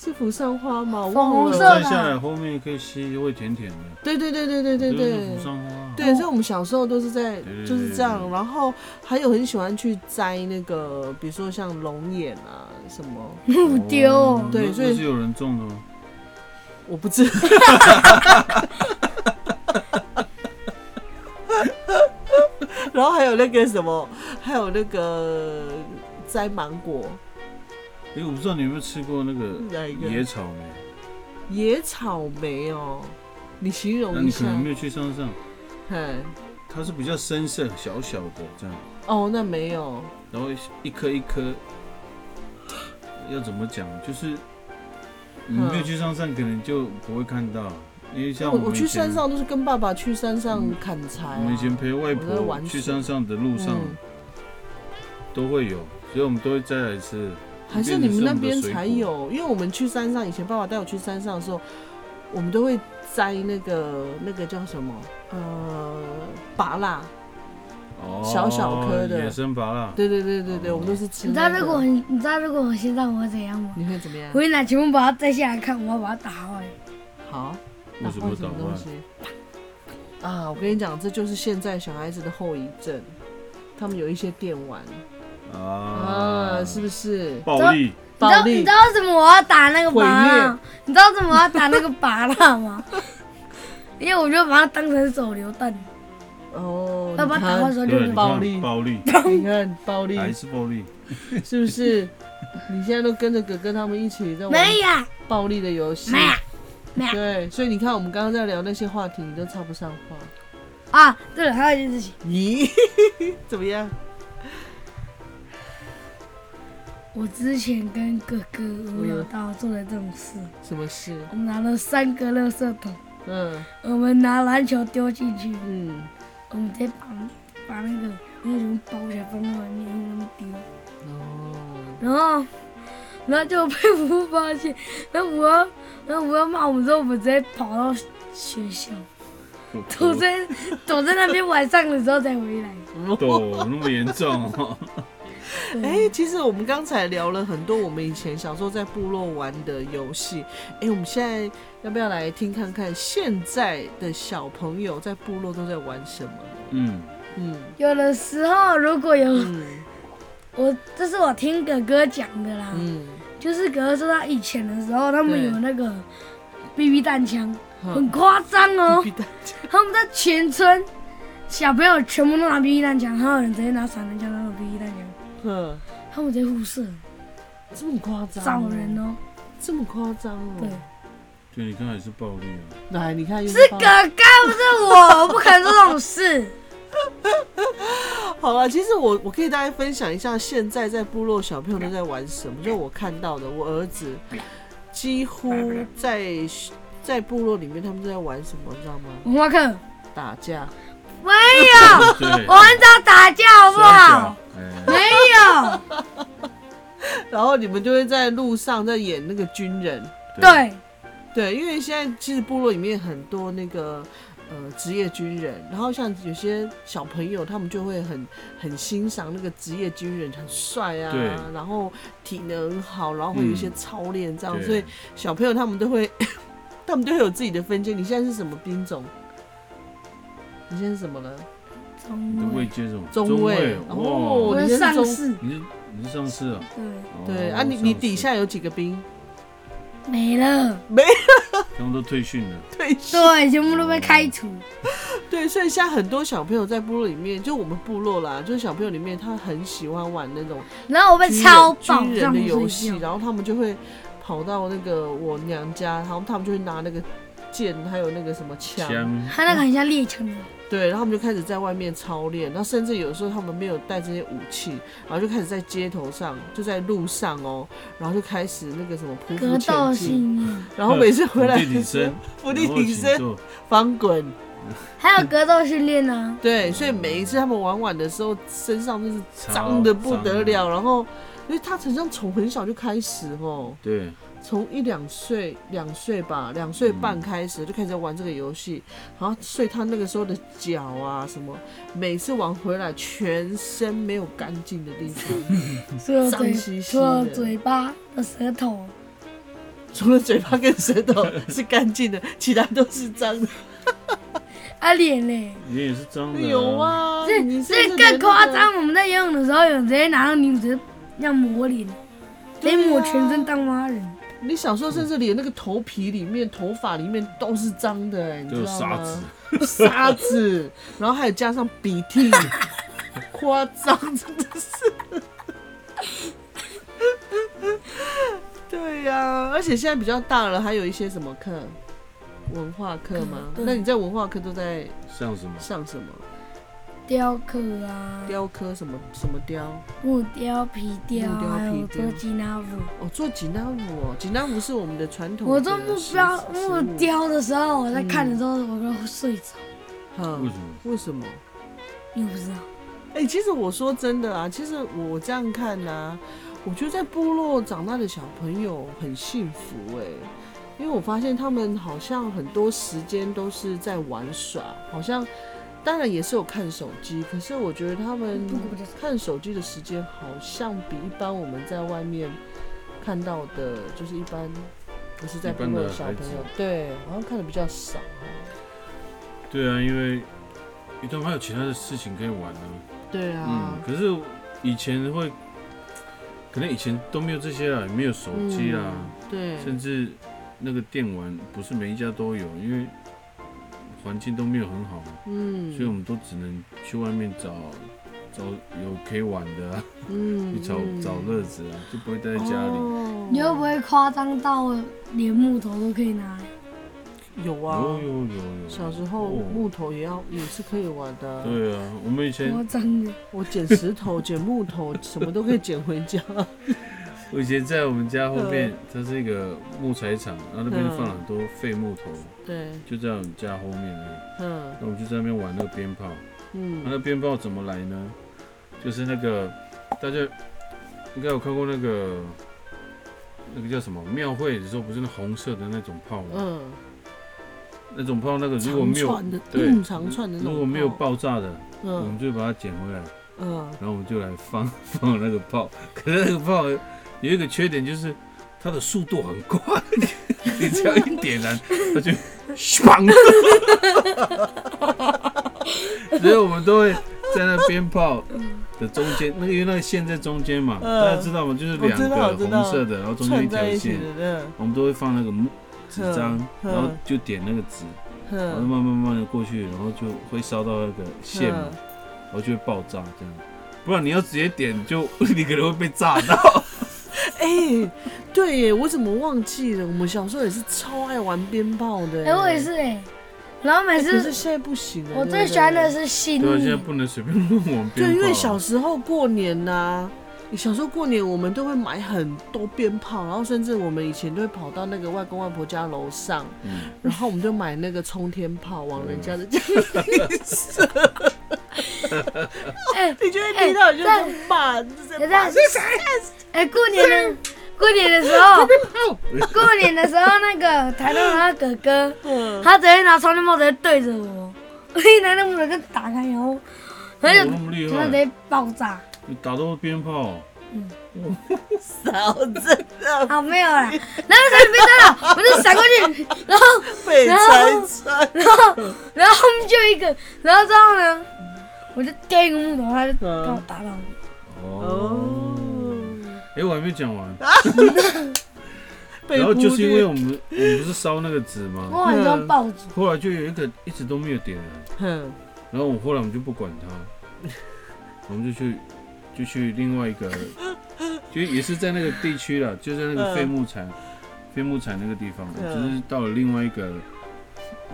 A: 是扶桑花吗？我忘了。
D: 红色的
C: 摘下来后面可以吸，会甜甜的。
A: 对对对对对对
C: 这就是
A: 对
C: 扶。桑花啊。
A: 对，所以我们小时候都是在
C: 对对
A: 就是这
C: 对
A: 样，
C: 对
A: 然后还有很喜欢去摘那个，比如说像龙眼啊什么，
D: 木 丢
C: 哦
D: 哦，
A: 对
C: 那
A: 所以
C: 那是有人种的吗？
A: 我不知道。然后还有那个什么，还有那个摘芒果，
C: 哎，我不知道你有没有吃过那个
A: 哪一个
C: 野草莓？
A: 野草莓哦，你形
C: 那
A: 容一
C: 你
A: 下
C: 可，能没有去山上，
A: 哎，
C: 它是比较深色、小小的这样，
A: 哦，那没有，
C: 然后一颗一颗，要怎么讲？就是你没有去山上，可能就不会看到，因为像
A: 嗯我
C: 们
A: 我
C: 以
A: 去
C: 前
A: 山，上都是跟爸爸去山上
C: 嗯
A: 砍柴、啊
C: 我们以前陪外
A: 我在
C: 婆
A: 玩水
C: 去山上的路上
A: 嗯
C: 都会有，所以我们都会摘来吃。
A: 还是你们那边才有，因为我们去山上，以前爸爸带我去山上的时候，我们都会摘那个那个叫什么呃拔蜡，
C: 哦，
A: 小小颗的
C: 野生拔蜡，
A: 对对对对对，
C: 哦
A: 我们都是吃、
D: 你知
A: 那
D: 道
A: 个
D: 如果我你知道如果我现在我会怎样吗？
A: 你会怎么样
D: 我？会拿全部把它摘下来看，我要把它打坏。
A: 好，
C: 为
A: 打
C: 什
A: 坏
C: 么
A: 什
C: 打
A: 么东
C: 坏？
A: 西？啊，我跟你讲，这就是现在小孩子的后遗症，他们有一些电玩啊，是不是？
C: 暴力，
D: 你知
A: 暴
D: 道你
A: 力
D: 知道为什么我要打那个
A: 毁
D: 拔
A: 灭
D: 蜡？你知道为什么我要打那个拔蜡 吗？因为我就把它当成手榴弹，
A: 哦，
D: 要
A: 你
D: 把它打坏的
A: 看，
D: 时候就
C: 对，
D: 会
C: 你
A: 暴
C: 看
A: 力
C: 暴力，
A: 你看暴力
C: 还是暴力。
A: 是不是？ 你现在都跟着哥哥他们一起在玩
D: 没呀、
A: 暴力的游戏
D: 没。呀、没呀
A: 对，所以你看，我们刚刚在聊那些话题，你都插不上话。
D: 啊！对了，还有一件事情，
A: 咦， 怎么样？
D: 我之前跟哥哥无聊到做了这种事，
A: 什么事？
D: 我们拿了三个垃圾桶，
A: 嗯
D: 我们拿篮球丢进去，
A: 嗯，
D: 我们直接把把那个那个人包起来放在外面，然后丢，
A: 哦，
D: 然后。然后就被我发现，然后我，然后我要骂我们之后，我们直接跑到学校，躲在躲在那边晚上的时候才回来。
C: 抖那么严重、 哦，
A: 哎、其实我们刚才聊了很多我们以前小时候在部落玩的游戏。哎、我们现在要不要来听看看现在的小朋友在部落都在玩什么？
C: 嗯，
A: 嗯
D: 有的时候如果有
A: 嗯
D: 我，这是我听哥哥讲的啦，
A: 嗯，
D: 就是哥哥说他以前的时候，他们
A: 对
D: 有那个 BB 弹枪，
A: 嗯
D: 很夸张哦
A: 必。须的
D: 他们在全村小朋友全部都拿 BB 弹枪，还有人直接拿散弹枪拿 BB 弹枪，
A: 嗯，
D: 他们直接互射
A: 这么夸张、
D: 找人，哦。
A: 这么夸张哦。
D: 对，
C: 对，你看还是暴力啊，
A: 来，你看又
D: 是
A: 爆
D: 哥哥不是我，我不可能做这 种事。
A: 好了，其实我我可以大概分享一下，现在在部落小朋友都在玩什么，就是我看到的，我儿子几乎在在部落里面，他们都在玩什么，你知道吗？
D: 文化课
A: 打架，
D: 没
A: 啊
D: 有，
C: 对，
D: 我
A: 哎
D: 很早打架好不好
C: 摔跤？，哎、
D: 没有，
A: 然后你们就会在路上在演那个军人，
D: 对，
A: 对，因为现在其实部落里面很多那个呃职业军人，然后像有些小朋友他们就会很很欣赏那个职业军人很帅啊
C: 对，
A: 然后体能好，然后会有一些
C: 嗯
A: 操练这样，
C: 对
A: 所以小朋友他们都会 他们都会有自己的分界。你现在是什么兵种？你现在是什么了？
C: 你的
D: 中
C: 位
D: 卫，
C: 阶什么？
A: 中
C: 卫
A: 尉，
D: 我
A: 哦
C: 哇，
A: 你是
D: 的
A: 中
D: 上司，
C: 你是你是上司啊？
D: 对，
C: 哦
A: 对啊，你
C: 上
A: 你
C: 司
A: 底下有几个兵？
D: 没了。
C: 他们都退训了，
A: 对
D: 对，全部都被开除。
A: 对，所以现在很多小朋友在部落里面，就我们部落啦，就是小朋友里面，他很喜欢玩那种
D: 然后我被
A: 军人
D: 超爆
A: 军人
D: 上
A: 的
D: 不
A: 游
D: 睡
A: 戏，
D: 觉。
A: 然后他们就会跑到那个我娘家，然后他们就会拿那个剑，还有那个什么枪，
C: 枪
D: 他那个很像猎枪的，
A: 对，然后他们就开始在外面操练，然后甚至有时候他们没有带这些武器，然后就开始在街头上，就在路上哦，然后就开始那个什么匍
D: 格
A: 匐
D: 斗
A: 前进，
D: 训练，
A: 然后每次回来
C: 伏地挺身，
A: 伏地
C: 然后
A: 挺
C: 请
A: 身，
C: 坐，
A: 翻滚，
D: 还有格斗训练呢。
A: 对，所以每一次他们玩碗的时候，身上都是脏的不得
C: 超
A: 了，然后因为他好像从很小就开始哦，
C: 对，
A: 从一两岁、两岁吧，两岁
C: 嗯
A: 半开始就开始玩这个游戏，然后所以他那个时候的脚啊什么，每次玩回来全身没有干净的地方，
D: 除了
A: 脏兮
D: 嘴，
A: 兮
D: 除了
A: 的
D: 嘴巴的舌头，
A: 除了嘴巴跟舌头是干净的，其他都是脏的。
D: 啊脸嘞，
C: 你也是脏的、
A: 有，啊，
D: 这
A: 你是
D: 这
A: 不是
D: 更
A: 连那
D: 夸
A: 个。
D: 张。我们在游泳的时候，有人直接拿到你直接要抹脸，直接抹全身当蛙人。
A: 你小时候甚至连那个头皮里面、头发里面都是脏的、哎你
C: 就
A: 知
C: 是
A: 道
C: 沙子
A: 吗？。沙子， 然后还有加上鼻 涕，夸张，真的是。 对呀、而且现在比较大了，还有一些什么课，文化课吗？
D: 嗯对
A: 那你在文化课都在
C: 像什么？
A: 上什么？
D: 雕刻啊，
A: 雕刻什么什么雕？
D: 木雕、皮雕，
A: 木雕
D: 还
A: 皮
D: 有
A: 雕
D: 做吉拿舞。
A: 哦，做吉纳舞哦，吉纳舞是我们的传统的
D: 我做木
A: 食
D: 雕、
A: 食物
D: 木雕的时候，我在看的时候，我都睡着。
A: 嗯
C: 为什么？
A: 为什么？
D: 你不知道，
A: 哎、其实我说真的啊，其实我这样看呢、我觉得在部落长大的小朋友很幸福哎、因为我发现他们好像很多时间都是在玩耍，好像当然也是有看手机，可是我觉得他们
D: 不顾就是
A: 看手机的时间好像比一般我们在外面看到的，就是一般不是在
C: 一
A: 部
C: 般的
A: 落的小
C: 孩
A: 朋
C: 子
A: 友，对，好像看的比较少哦。
C: 对啊，因为因为他们还有其他的事情可以玩啊。
A: 对啊
C: 嗯，，可是以前会，可能以前都没有这些啊，也没有手机啊，
A: 对，
C: 甚至那个电玩不是每一家都有，因为环境都没有很好，
A: 嗯，
C: 所以我们都只能去外面找找有可以玩的、啊，
A: 嗯
C: 去找找乐子啊，就不会待在家里。
A: 哦
D: 你会不会夸张到连木头都可以拿来？
A: 有啊？
C: 有有有有，
A: 小时候
C: 哦
A: 木头也要也是可以玩的啊、
C: 对啊，我们以前
D: 夸张的，
A: 我捡石头、捡木头，什么都可以捡回 家。
C: 我以前在我们家后
A: 嗯
C: 面，它是一个木材厂，然后那边放了很多废木头，
A: 对，
C: 就在我们家后面而已。
A: 嗯
C: 那我们就在那边玩那个鞭炮，那
A: 嗯，
C: 那鞭炮怎么来呢？就是那个大家应该有看过那个那个叫什么庙会的时候，不是那红色的那种炮吗？
A: 嗯，
C: 那种炮那个如果
A: 长
C: 没有
A: 串的，
C: 对
A: 嗯长串的那种
C: 如果没有
A: 炮，
C: 爆炸的，我们
A: 嗯
C: 就把它捡回来，
A: 嗯，
C: 然后我们就来放放那个炮。 可是那个炮有一个缺点就是它的速度很快， 你只要一点燃，它就
A: 嗯
C: 砰。所以我们都会在那鞭炮的中间，那个因为那个线在中间嘛，
A: 嗯哦
C: 大家知道吗？就是两
A: 我知道我
C: 个
A: 知
C: 红
A: 道
C: 色的，然后中间
A: 串
C: 一条
A: 在一起
C: 线，
A: 的，
C: 我们都会放那个木纸张，
A: 嗯
C: 然后就点那个纸，然后
A: 嗯
C: 慢慢慢的过去，然后就会烧到那个线嘛。然后就会爆炸这样。不然你要直接点就 你可能会被炸到。
A: 嗯哎，对耶，我怎么忘记了？我们小时候也是超爱玩鞭炮的。
D: 哎、我也是哎、然后每
A: 哎，可是
D: 次
A: 现在不行了。
D: 我
A: 对
D: 最
A: 不
D: 喜欢的
A: 对
D: 是新
C: 对啊，现在
D: 年，
C: 不能随便乱玩鞭炮。啊
A: 对，因为小时候过年呐、小时候过年我们都会买很多鞭炮，然后甚至我们以前都会跑到那个外公外婆家楼上，
C: 嗯
A: 然后我们就买那个冲天炮往人家的家里 射，
D: 哎、
A: 你就会听到你就在骂，你 就在
D: 人
A: 骂
D: 家哎、过年的过年的时 候，过年的时候那个台东的那个哥哥，他直接拿双肩帽直接对着我， 我一拿那木头就打开，然后然
C: 有
D: 后
C: 那么厉
D: 就他直
C: 害，
D: 接爆炸。
C: 你打到鞭炮，
A: 嫂子的
D: 啊，没有啦，然后他就被炸了，我就闪过去， 然后
A: 被拆穿，
D: 然后然后后面就一个，然后之后呢，我就丢一个木头，他就
A: 嗯
D: 把我打到。
C: 哦，哎，我还没讲完。
A: 被
C: 然后就是因为
A: 忽
C: 我们我们不是烧那个纸吗？
D: 我很像爆竹，
C: 后来就有一个一直都没有点燃，
A: 略哼
C: 然后我后来我们就不管它，我们就去就去另外一个，就也是在那个地区了，就在那
A: 嗯
C: 个废木材废木材那个地方，我
A: 嗯
C: 就是到了另外一个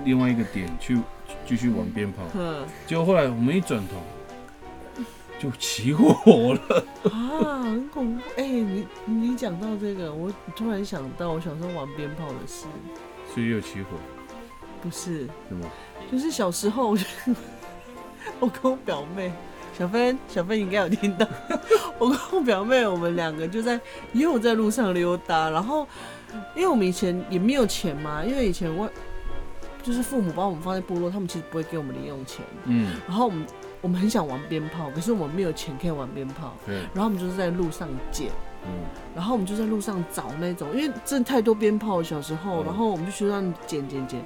C: 另外一个点去继续往边跑，
A: 哼
C: 结果后来我们一转头就起火了，
A: 啊，很恐怖！哎、你你讲到这个，我突然想到我小时候玩鞭炮的事，
C: 所以又起火，
A: 不是
C: 是吗？
A: 就是小时候，我就 我跟我表妹小芬，小芬应该有听到，我跟我表妹我们两个就在也有在路上溜达，然后因为我们以前也没有钱嘛，因为以前外就是父母把我们放在部落，他们其实不会给我们零用钱，
C: 嗯，
A: 然后我们我们很想玩鞭炮，可是我们没有钱可以玩鞭炮，
C: 对，
A: 然后我们就是在路上捡。
C: 嗯，
A: 然后我们就在路上找那种，因为真的太多鞭炮了，小时候，
C: 嗯
A: 然后我们就去乱捡捡捡，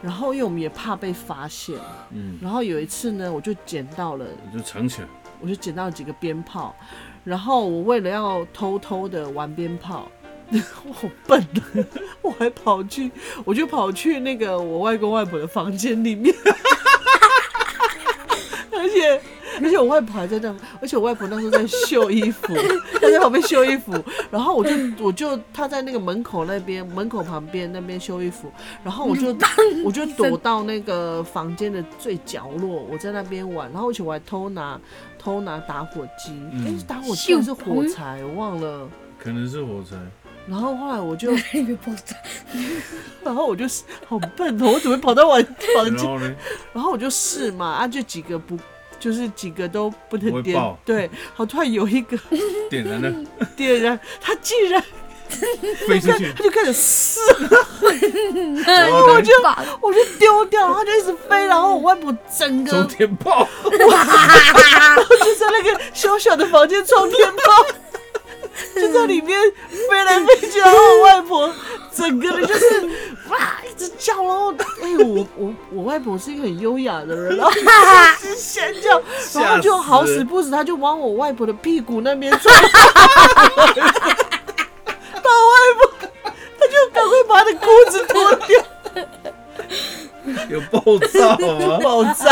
A: 然后因为我们也怕被发现，
C: 嗯，
A: 然后有一次呢，我就捡到了，
C: 我就藏起来，
A: 我就捡到几个鞭炮，然后我为了要偷偷的玩鞭炮， 我好笨啊，我还跑去，我就跑去那个我外公外婆的房间里面， 而且。而且我外婆还在那，而且我外婆那时候在绣衣服， 她在旁边绣衣服，然后我就我就她在那个门口那边，门口旁边那边绣衣服，然后我就我就躲到那个房间的最角落，我在那边玩，然后而且我还偷拿偷拿打火机，
C: 嗯
A: 哎、是打火机还是火柴，我忘了。
C: 可能是火柴，
A: 然后后来我就，
D: 那个爆炸，
A: 然后我就好笨哦，我怎么会跑到玩房
C: 然
A: 间？
C: 后呢，
A: 然后我就试嘛，啊，就几个不，就是几个都不
C: 不
A: 能
C: 会
A: 点
C: 爆，
A: 对。好，突然有一个
C: 点燃
A: 嗯
C: 了，
A: 点燃，他竟然
C: 飞出去，
A: 他就开始撕，
C: 然后
D: 嗯我
C: 呢
D: 就把
A: 我就丢掉，他就一直飞，然后我外婆整个
C: 冲天炮，
A: 就在那个小小的房间冲天炮，就在里面飞来飞去，然后我外婆整个人就是哇一直叫，然后哎、我我我外婆是一个很优雅的人，然后一直先叫，然后就好死不死，她就往我外婆的屁股那边撞，把我外婆，她就赶快把她的裤子脱掉，
C: 有爆炸 吗？
A: 爆炸。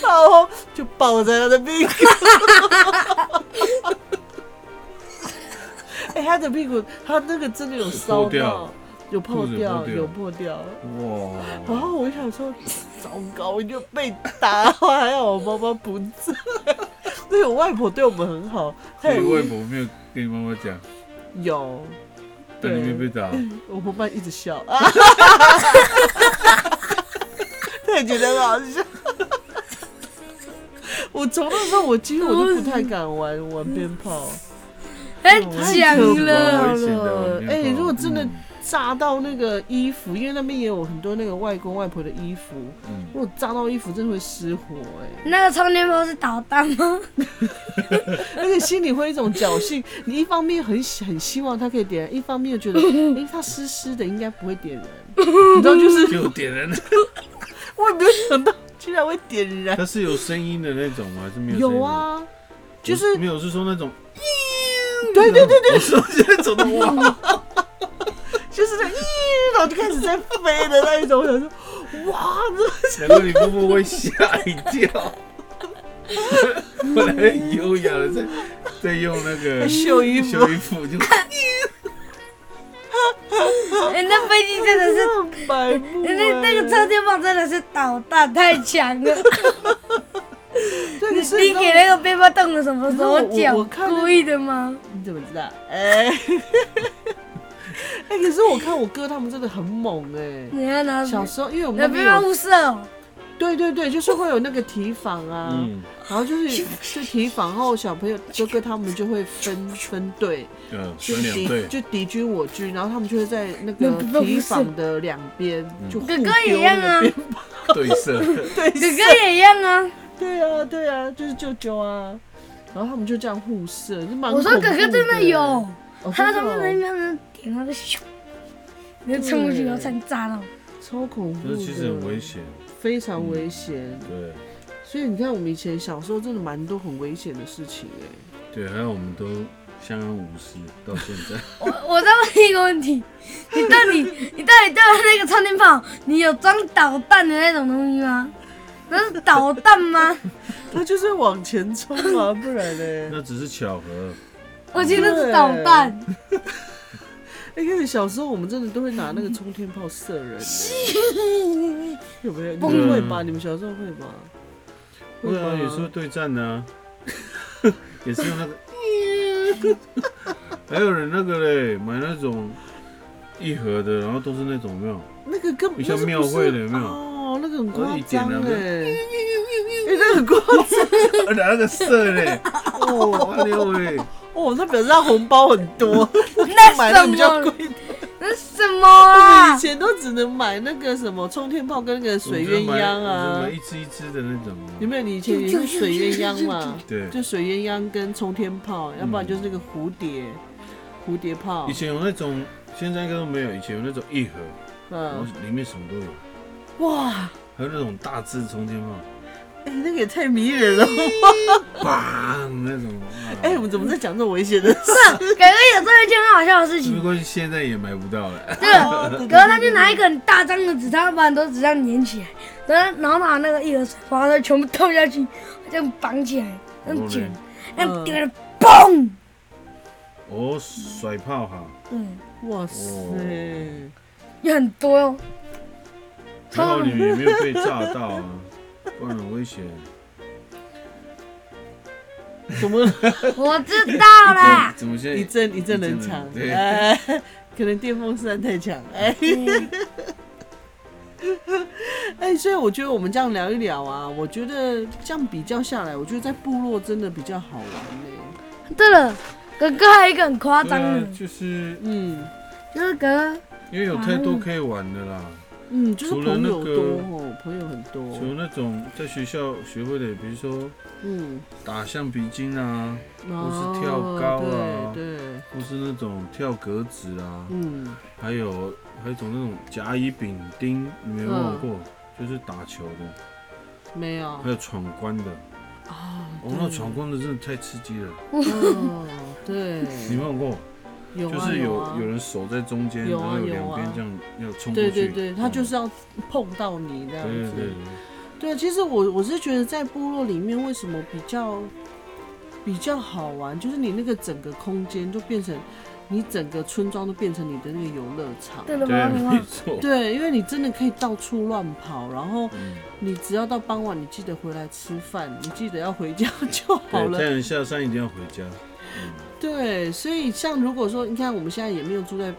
A: 然后就抱在他的 屁股，哎、他的屁股，他那个真的有烧
C: 破掉
A: 到，有破
C: 裤子有
A: 掉，
C: 破掉
A: 有破掉。然
C: 哇，
A: 后我想说，糟糕，我就被打，还好我妈妈不在。所以我外婆对我们很好，她
C: 所以外
A: 有
C: 婆没有跟你妈妈讲，
A: 有，
C: 但你没被打，
A: 我妈妈一直笑， 啊、她也觉得很好笑。 我从那时候，我几乎我都不太敢玩玩鞭炮。
D: 很
A: 太可
D: 强
C: 怕
D: 了
C: 了危险的
A: 哎、如果真的
C: 嗯
A: 炸到那个衣服，因为那边也有很多那个外公外婆的衣服，
C: 嗯，
A: 如果炸到衣服，真的会失火哎、
D: 那个充电宝是导弹吗？
A: 而且心里会有一种侥幸，你一方面很喜很希望它可以点燃，一方面又觉 得，哎、它湿湿的，应该不会点燃，你知道， 就是
C: 就点燃了，
A: 我也没有想到居然会点燃，
C: 它是有声音的那种吗？还是没有？
A: 有，啊，就是
C: 没有，是说那种，
A: 对对对，
C: 对，我说那种的哇，
A: 就是那咦，然后就开始在飞的那一种，我想说，哇，这
C: 难怪你婆婆会吓一 跳。本来很优雅的在在用那个
A: 秀衣服
C: 秀衣服就
D: 哎，那飞机真的是，
A: 很白目、欸
D: 那那个充
A: 真，
D: 电宝真的是导弹，太强了。
A: 对，
D: 你
A: 可是 你
D: 你
A: 知道
D: 给那个背包动了什么时候
A: 我我
D: 讲？
A: 看那个
D: 故意的吗？
A: 你怎么知道？哎、 哎、可是我看我哥他们真的很猛哎、
D: 你要拿
A: 小时候，因为我们
D: 拿
A: 那
D: 背
A: 边
D: 包
A: 有，
D: 物色哦，
A: 对对对，就是会有那个提防啊，
C: 嗯，
A: 然后就是就提防后，小朋友哥哥他们就会分分队，
C: 嗯，
A: 就
C: 分两
A: 敌
C: 队，
A: 就敌军我军，然后他们就会在那个
D: 那不是
A: 提防的两边就互
D: 哥
A: 丢
D: 哥也一样
A: 那
D: 啊，
A: 边
D: 哥
C: 对 射，
A: 哎
D: 哥也一样啊。
A: 对啊，对啊，就是舅舅啊。然后他们就这样互射，就蛮
D: 我说
A: 恐
D: 哥
A: 怖
D: 哥真的有，
A: 哦
D: 他
A: 真
D: 从
A: 的哦
D: 那边的点那个咻，你就冲过去，然后才炸到。
A: 超恐怖
C: 就
A: 的，
C: 是其实很危，险，嗯
A: 非常危险。
C: 对
A: 所以你看，我们以前小时候真的蛮多很危险的事情哎、
C: 对，还有我们都相安无事到现在。
D: 我我再问一个问题，你到 底你到底对那个充电宝，你有装导弹的那种东西吗？那是导弹吗？
C: 嗯
A: 他就是往前冲啊， 不然呢？
C: 那只是巧合，
D: 我觉得那是导弹，
A: 哎、因为小时候我们真的都会拿那个冲天炮射人、欸，
C: 嗯
A: 有没有？你们会吧？你们小时候会吧？
C: 对嗯啊，
A: 吧
C: 有时候对战 呢、也是用那个， 还有人那个嘞，买那种一盒的，然后都是那种有 没有，
A: 那个根本
C: 像
A: 那是不
C: 庙会的有
A: 是
C: 没有
A: 哦，那个很
C: 我
A: 夸
C: 一点
A: 张
C: 啊
A: 哎，
C: 没有
A: 哎那个很夸张
C: 拿那个射嘞，
A: 哦。
C: 哇六嘞，
A: 哦，那表示他红包很多，
D: 那
A: 买那
D: 什
A: 个比较贵
D: 么？
A: 的。
D: 那什么啊
A: 以？前都只能买那个什么冲天炮跟那个水鸳鸯
C: 我就
A: 啊
C: 买，一只一只的那种。啊
A: 有没有？你以前也是水鸳鸯嘛？
C: 对，
A: 就水鸳鸯跟冲天炮，要不然就是那个蝴蝶蝴蝶炮
C: 以。前有那种，现在应该都没有。以前有那种一盒，然后
A: 嗯，
C: 里面什么都有，
A: 哇，
C: 还有那种大字冲 天炮，
A: 哎，那个也太迷人了。
C: 砰那种。啊
A: 哎，我们怎么在讲这种危险的事？
D: 感觉有时候一件很好笑的事
C: 没
D: 情，
C: 关系，现在也买不到
A: 哎
C: 了。
D: 对，
A: 嗯
D: 然后他就拿一个很大张的纸，他把很多纸这样粘起来，然后然后拿那个一盒水，然后全部倒下去，这样绑起来，这样卷，这
A: 嗯
D: 样丢了，嘣！
C: 哦，甩炮
A: 哦
C: 哈，
D: 嗯，
A: 哇塞！
D: 有很多哦。
C: 还好你们也没有被炸到啊，不然很 危险。
A: 怎么
D: 我知道
A: 啊
D: 啦。
C: 怎么现在
A: 一阵一阵冷场？
C: 对
A: 哎， 可能电风扇太强。哎
D: 嗯
A: 哎，所以我觉得我们这样聊一聊啊，我觉得这样比较下来，我觉得在部落真的比较好玩呢。
D: 对了，哥哥还有一个很夸张
C: 对
D: 的
C: 啊，，就是
A: 嗯
D: 就是哥
C: 因为有太多可以玩的啦，
A: 嗯，就是
C: 除了
A: 朋
C: 那
A: 友
C: 个
A: 多哦，朋友很
C: 除了
A: 多。
C: 那种在学校学会的，比如说
A: 嗯，
C: 打橡皮筋啊，
A: 哦
C: 是跳高啊
A: 对对，
C: 或是那种跳格子啊，
A: 嗯，
C: 还有还有一种那种甲乙丙丁，你们有没有玩
A: 嗯
C: 过？就是打球的，
A: 没有
C: 还有闯关的。
A: 啊，
C: 哦，那闯关的真的太刺激了，
A: 哦，对，
C: 你们有玩过？
A: 有
C: 就
A: 啊
C: 是有
A: 啊
C: 有人守在中间，
A: 有
C: 然
A: 啊
C: 后有
A: 有
C: 两
A: 啊
C: 边这样要冲过
A: 对对
C: 去。
A: 对，他
C: 嗯
A: 就是要碰到你这样
C: 对对
A: 子。
C: 对，
A: 对，啊其实我我是觉得在部落里面，为什么比较比较好玩，就是你那个整个空间就变成你整个村庄都变成你的那个游乐场。
D: 对了
C: 对，没
D: 吗？
C: 错。
A: 对，因为你真的可以到处乱跑，然后
C: 嗯，
A: 你只要到傍晚，你记得回来吃饭，你记得要回家就好
C: 对，太
A: 了。
C: 阳下山一定要回家。嗯
A: 对，所以像如果说你看我们现在也没有住在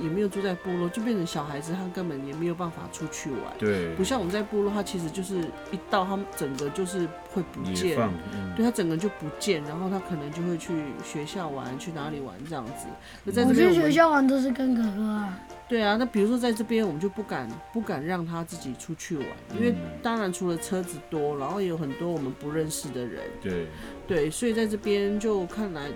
A: 也没有住在部落，就变成小孩子他根本也没有办法出去玩。
C: 对，
A: 不像我们在部落，他其实就是一到他们整个就是会不
C: 野
A: 见，
C: 放，嗯
A: 对他整个人就不见，然后他可能就会去学校玩，去哪里玩这样子。那在
D: 我
A: 这边我
D: 去学
A: 们
D: 校玩都是跟哥哥啊，
A: 对啊，那比如说在这边我们就不敢不敢让他自己出去玩，因为
C: 嗯
A: 当然除了车子多，然后也有很多我们不认识的人，
C: 对，
A: 对，所以在这边就看来。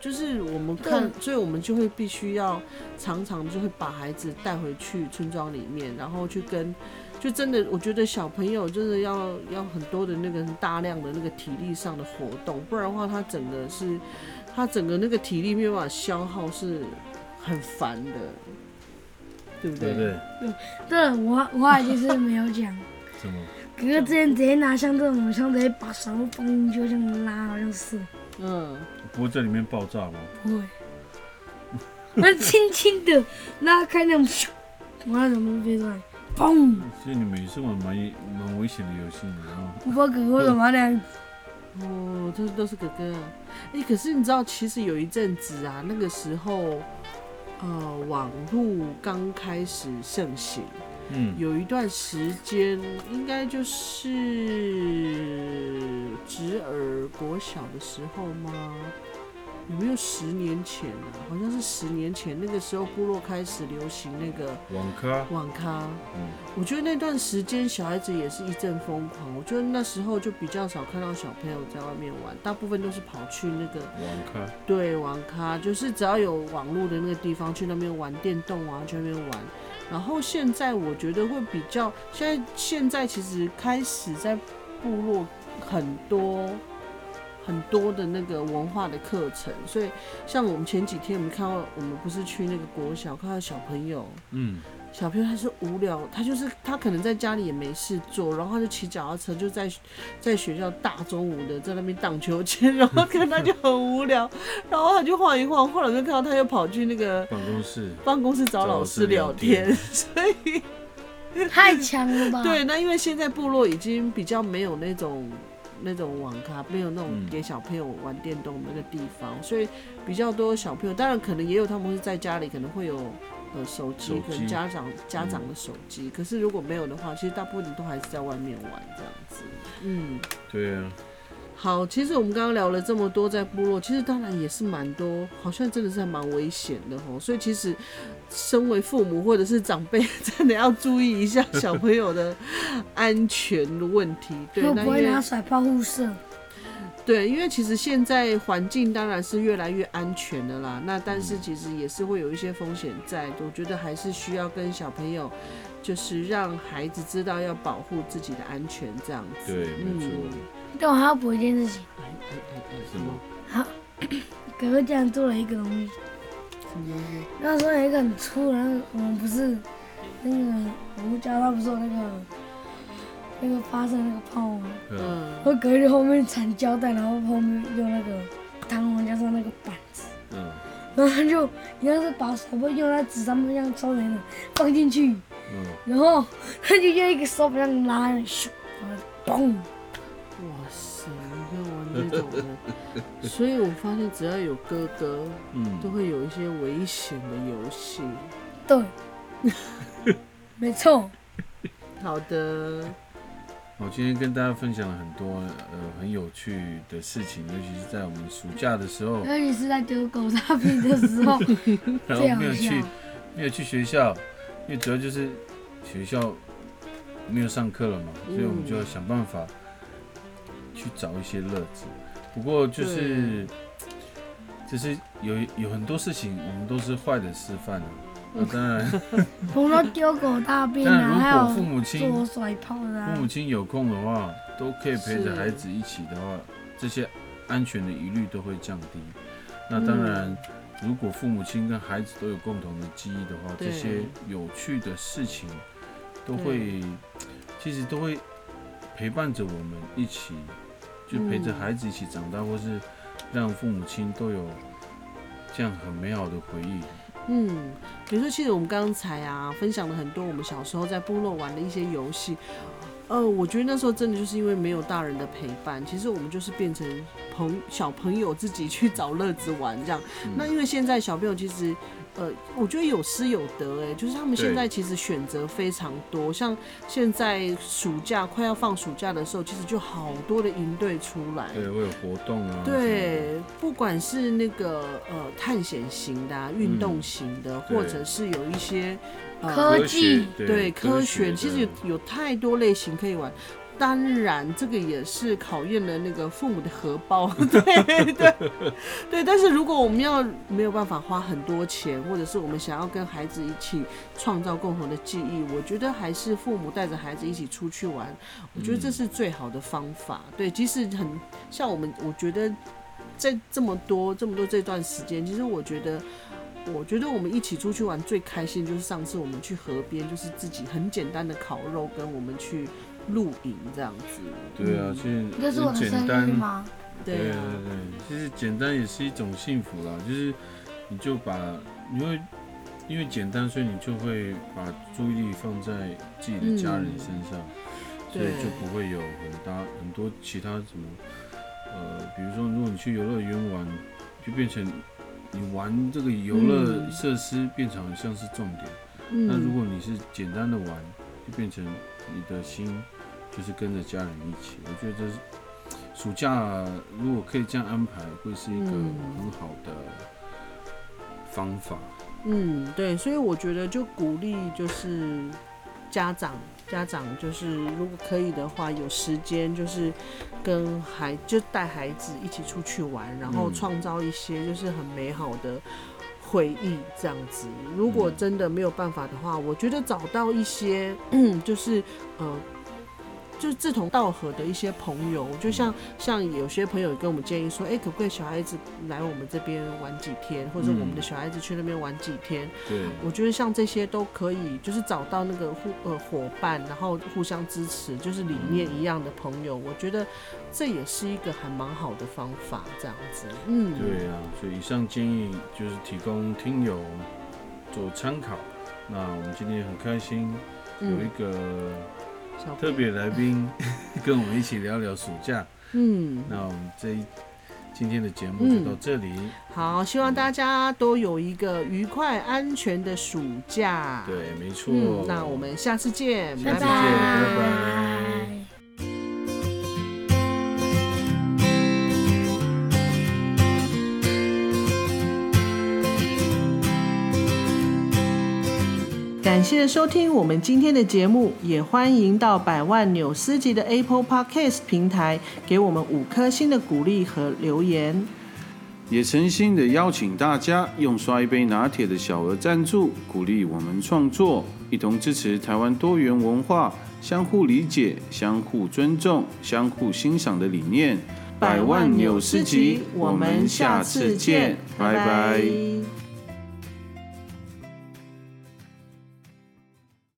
A: 就是我们
D: 对
A: 看，所以我们就会必须要常常就会把孩子带回去村庄里面，然后去跟，就真的我觉得小朋友真的要要很多的那个大量的那个体力上的活动，不然的话他整个是他整个那个体力没有办法消耗是很烦的，对不对？
C: 对不对？
D: 对了，我我还就是没有讲，
C: 什么？
D: 哥哥之前直接拿像这种像直接把手放进去就这样拉，好像是
A: 嗯，
C: 不会在里面爆炸吗？
D: 不会，我轻轻的拉开那种，咻我那种东西飞出来，砰！
C: 其实你们也是玩蛮蛮危险的游戏的啊。
D: 我把哥哥怎么那样
A: 哦，这都是哥哥。哎、可是你知道，其实有一阵子啊，那个时候，呃，网络刚开始盛行，
C: 嗯，
A: 有一段时间，应该就是侄儿国小的时候吗？有没有十年前啊？好像是十年前，那个时候部落开始流行那个
C: 网咖，
A: 网咖。
C: 嗯，
A: 我觉得那段时间小孩子也是一阵疯狂，我觉得那时候就比较少看到小朋友在外面玩，大部分都是跑去那个
C: 网咖，
A: 对网咖，就是只要有网络的那个地方去那边玩电动啊，去那边玩。然后现在我觉得会比较，现在现在其实开始在部落很多很多的那个文化的课程，所以像我们前几天我们看到，我们不是去那个国小看到小朋友，
C: 嗯，
A: 小朋友他是无聊，他就是他可能在家里也没事做，然后他就骑脚踏车，就在在学 校大中午的在那边荡秋千， 然后看他就很无聊， 然后他就晃一晃，后来我就看到他又跑去那个
C: 办公室，
A: 办公室找老师聊
C: 找
A: 天，
C: 老
A: 所以
D: 太强了吧？
A: 对，那因为现在部落已经比较没有那种那种网咖，没有那种
C: 嗯
A: 给小朋友玩电动的那个地方，所以比较多小朋友，当然可能也有他们是在家里可能会有呃手
C: 手
A: 机，可能
C: 机
A: 家长家长的手机，可是如果没有的话，其实大部分都还是在外面玩这样子。嗯，
C: 对啊，
A: 好，其实我们刚刚聊了这么多，在部落其实当然也是蛮多，好像真的是还蛮危险的哦。所以其实，身为父母或者是长辈，真的要注意一下小朋友的安全的问 题。对，那
D: 会不
A: 因
D: 会
A: 为
D: 拿甩炮互射？
A: 对，因为其实现在环境当然是越来越安全的啦。那但是其实也是会有一些风险在，我觉得还是需要跟小朋友，就是让孩子知道要保护自己的安全这样子。
C: 对，没错，
A: 嗯
D: 但我还要补一件事情，
A: 哎哎哎哎
C: 是吗？
D: 哥哥竟然做了一个东西。
A: 什么东
C: 嗯
A: 西？
D: 那时候有一个很粗的，那个我们不是那个胡椒，他不是有那个那个发射那个炮吗？
C: 嗯，
A: 嗯，
D: 我隔着后面缠胶带，然后后面用那个弹簧加上那个板子，
C: 嗯，
D: 然后他就一样是把手背用在纸上面这样抽圆了放进去，
C: 嗯，
D: 然后他就用一个手把这样拉，咻，然后嘣，
A: 哇塞，你看玩这种的，所以我发现只要有哥哥，都
C: 嗯，
A: 会有一些危险的游戏。
D: 对，没错，
A: 好的，
C: 我今天跟大家分享了很多呃很有趣的事情，尤其是在我们暑假的时候，
D: 尤其是在丢狗大便的时候，
C: 然后
D: 最
C: 没
D: 好
C: 有
D: 笑
C: 去。没有去学校，因为主要就是学校没有上课了嘛，
D: 嗯
C: 所以我们就要想办法去找一些乐子。不过就是，就是有有很多事情我们都是坏的示范啊。那当 然，
D: 红到丢狗大便
C: 当然
D: 啊，嗯还
C: 如果
D: 有
C: 父母亲
D: 做甩炮的
C: 父
D: 啊
C: 母，亲有空的话，都可以陪
A: 是
C: 着孩子一起的话，这些安全的疑虑都会降低。那
A: 嗯
C: 当然，如果父母亲跟孩子都有共同的记忆的话，
A: 对
C: 这些有趣的事情都会，其实都会陪伴着我们一起，就陪着
A: 嗯
C: 孩子一起长大，或是让父母亲都有这样很美好的回忆。
A: 嗯，比如说，其实我们刚才啊分享了很多我们小时候在部落玩的一些游戏。呃，我觉得那时候真的就是因为没有大人的陪伴，其实我们就是变成朋小朋友自己去找乐子玩这样。那因为现在小朋友其实，呃，我觉得有失有得哎、就是他们现
C: 对
A: 在其实选择非常多，像现在暑假快要放暑假的时候，其实就好多的营队出来。
C: 对，会有活动啊。什
A: 嗯
C: 么的，
A: 对，不管是那个呃探险型的、啊、运动型的，
C: 对
A: 或者是有一些呃
D: 科
C: 科
D: 技
C: 学
A: 对科学，
C: 学，
A: 其实有太多类型可以玩。当然，这个也是考验了那个父母的荷 包，对对对。但是如果我们要没有办法花很多钱，或者是我们想要跟孩子一起创造共同的记忆，我觉得还是父母带着孩子一起出去玩，我觉得这
C: 嗯
A: 是最好的方法。对，即使很像我们，我觉得在这么多这么多这段时间，其实我觉得，我觉得我们一起出去玩最开心就是上次我们去河边，就是自己很简单的烤肉，跟我们去露营这样子。
C: 对
A: 嗯
C: 啊，其实
D: 这是我
C: 很
D: 的
C: 简
D: 生日
C: 单。
D: 吗？
A: 对啊，
C: 对，其实简单也是一种幸福啦，就是你就把你会因为简单，所以你就会把注意力放在自己的家人身上，
D: 嗯
C: 所以
A: 对
C: 就不会有很大很多其他什么呃，比如说如果你去游乐园玩，就变成你玩这个游乐
A: 嗯
C: 设施变成好像是重点，那如
A: 嗯，
C: 果你是简单的玩，就变成你的心就是跟着家人一起。我觉得这是暑假、如果可以这样安排，会是一个
A: 嗯
C: 很好的方法。
A: 嗯，对，所以我觉得就鼓励就是家长，家长就是如果可以的话，有时间就是跟孩就带孩子一起出去玩，然后
C: 嗯
A: 创造一些就是很美好的回忆这样子。如果
C: 嗯
A: 真的没有办法的话，我觉得找到一些 就是呃。就是志同道合的一些朋友，就像像有些朋友跟我们建议说，哎、可不可以小孩子来我们这边玩几天，或者我们的
C: 嗯
A: 小孩子去那边玩几天？
C: 对，
A: 我觉得像这些都可以，就是找到那个互呃伙伴，然后互相支持，就是理念
C: 嗯
A: 一样的朋友，我觉得这也是一个还蛮好的方法，这样子。嗯，
C: 对啊，所以以上建议就是提供听友做参考。那我们今天很开心，有一
A: 嗯，
C: 个
A: 小
C: 特别来 宾跟我们一起聊聊暑假。
A: 嗯，
C: 那我们这一今天的节目就到这里。
A: 好，希望大家都有一个愉快安全的暑假。，
C: 对，没错。
A: 嗯，那我们下次见，
C: 下
A: 拜
C: 次见拜拜
D: 拜。
A: 感谢收听我们今天的节目，也欢迎到百万纽斯集的 Apple Podcast 平台给我们五颗星的鼓励和留言。
C: 也诚心的邀请大家用刷一杯拿铁的小额赞助，鼓励我们创作，一同支持台湾多元文化，相互理解、相互尊重、相互欣赏的理念。百万纽斯集，我们下次见，拜拜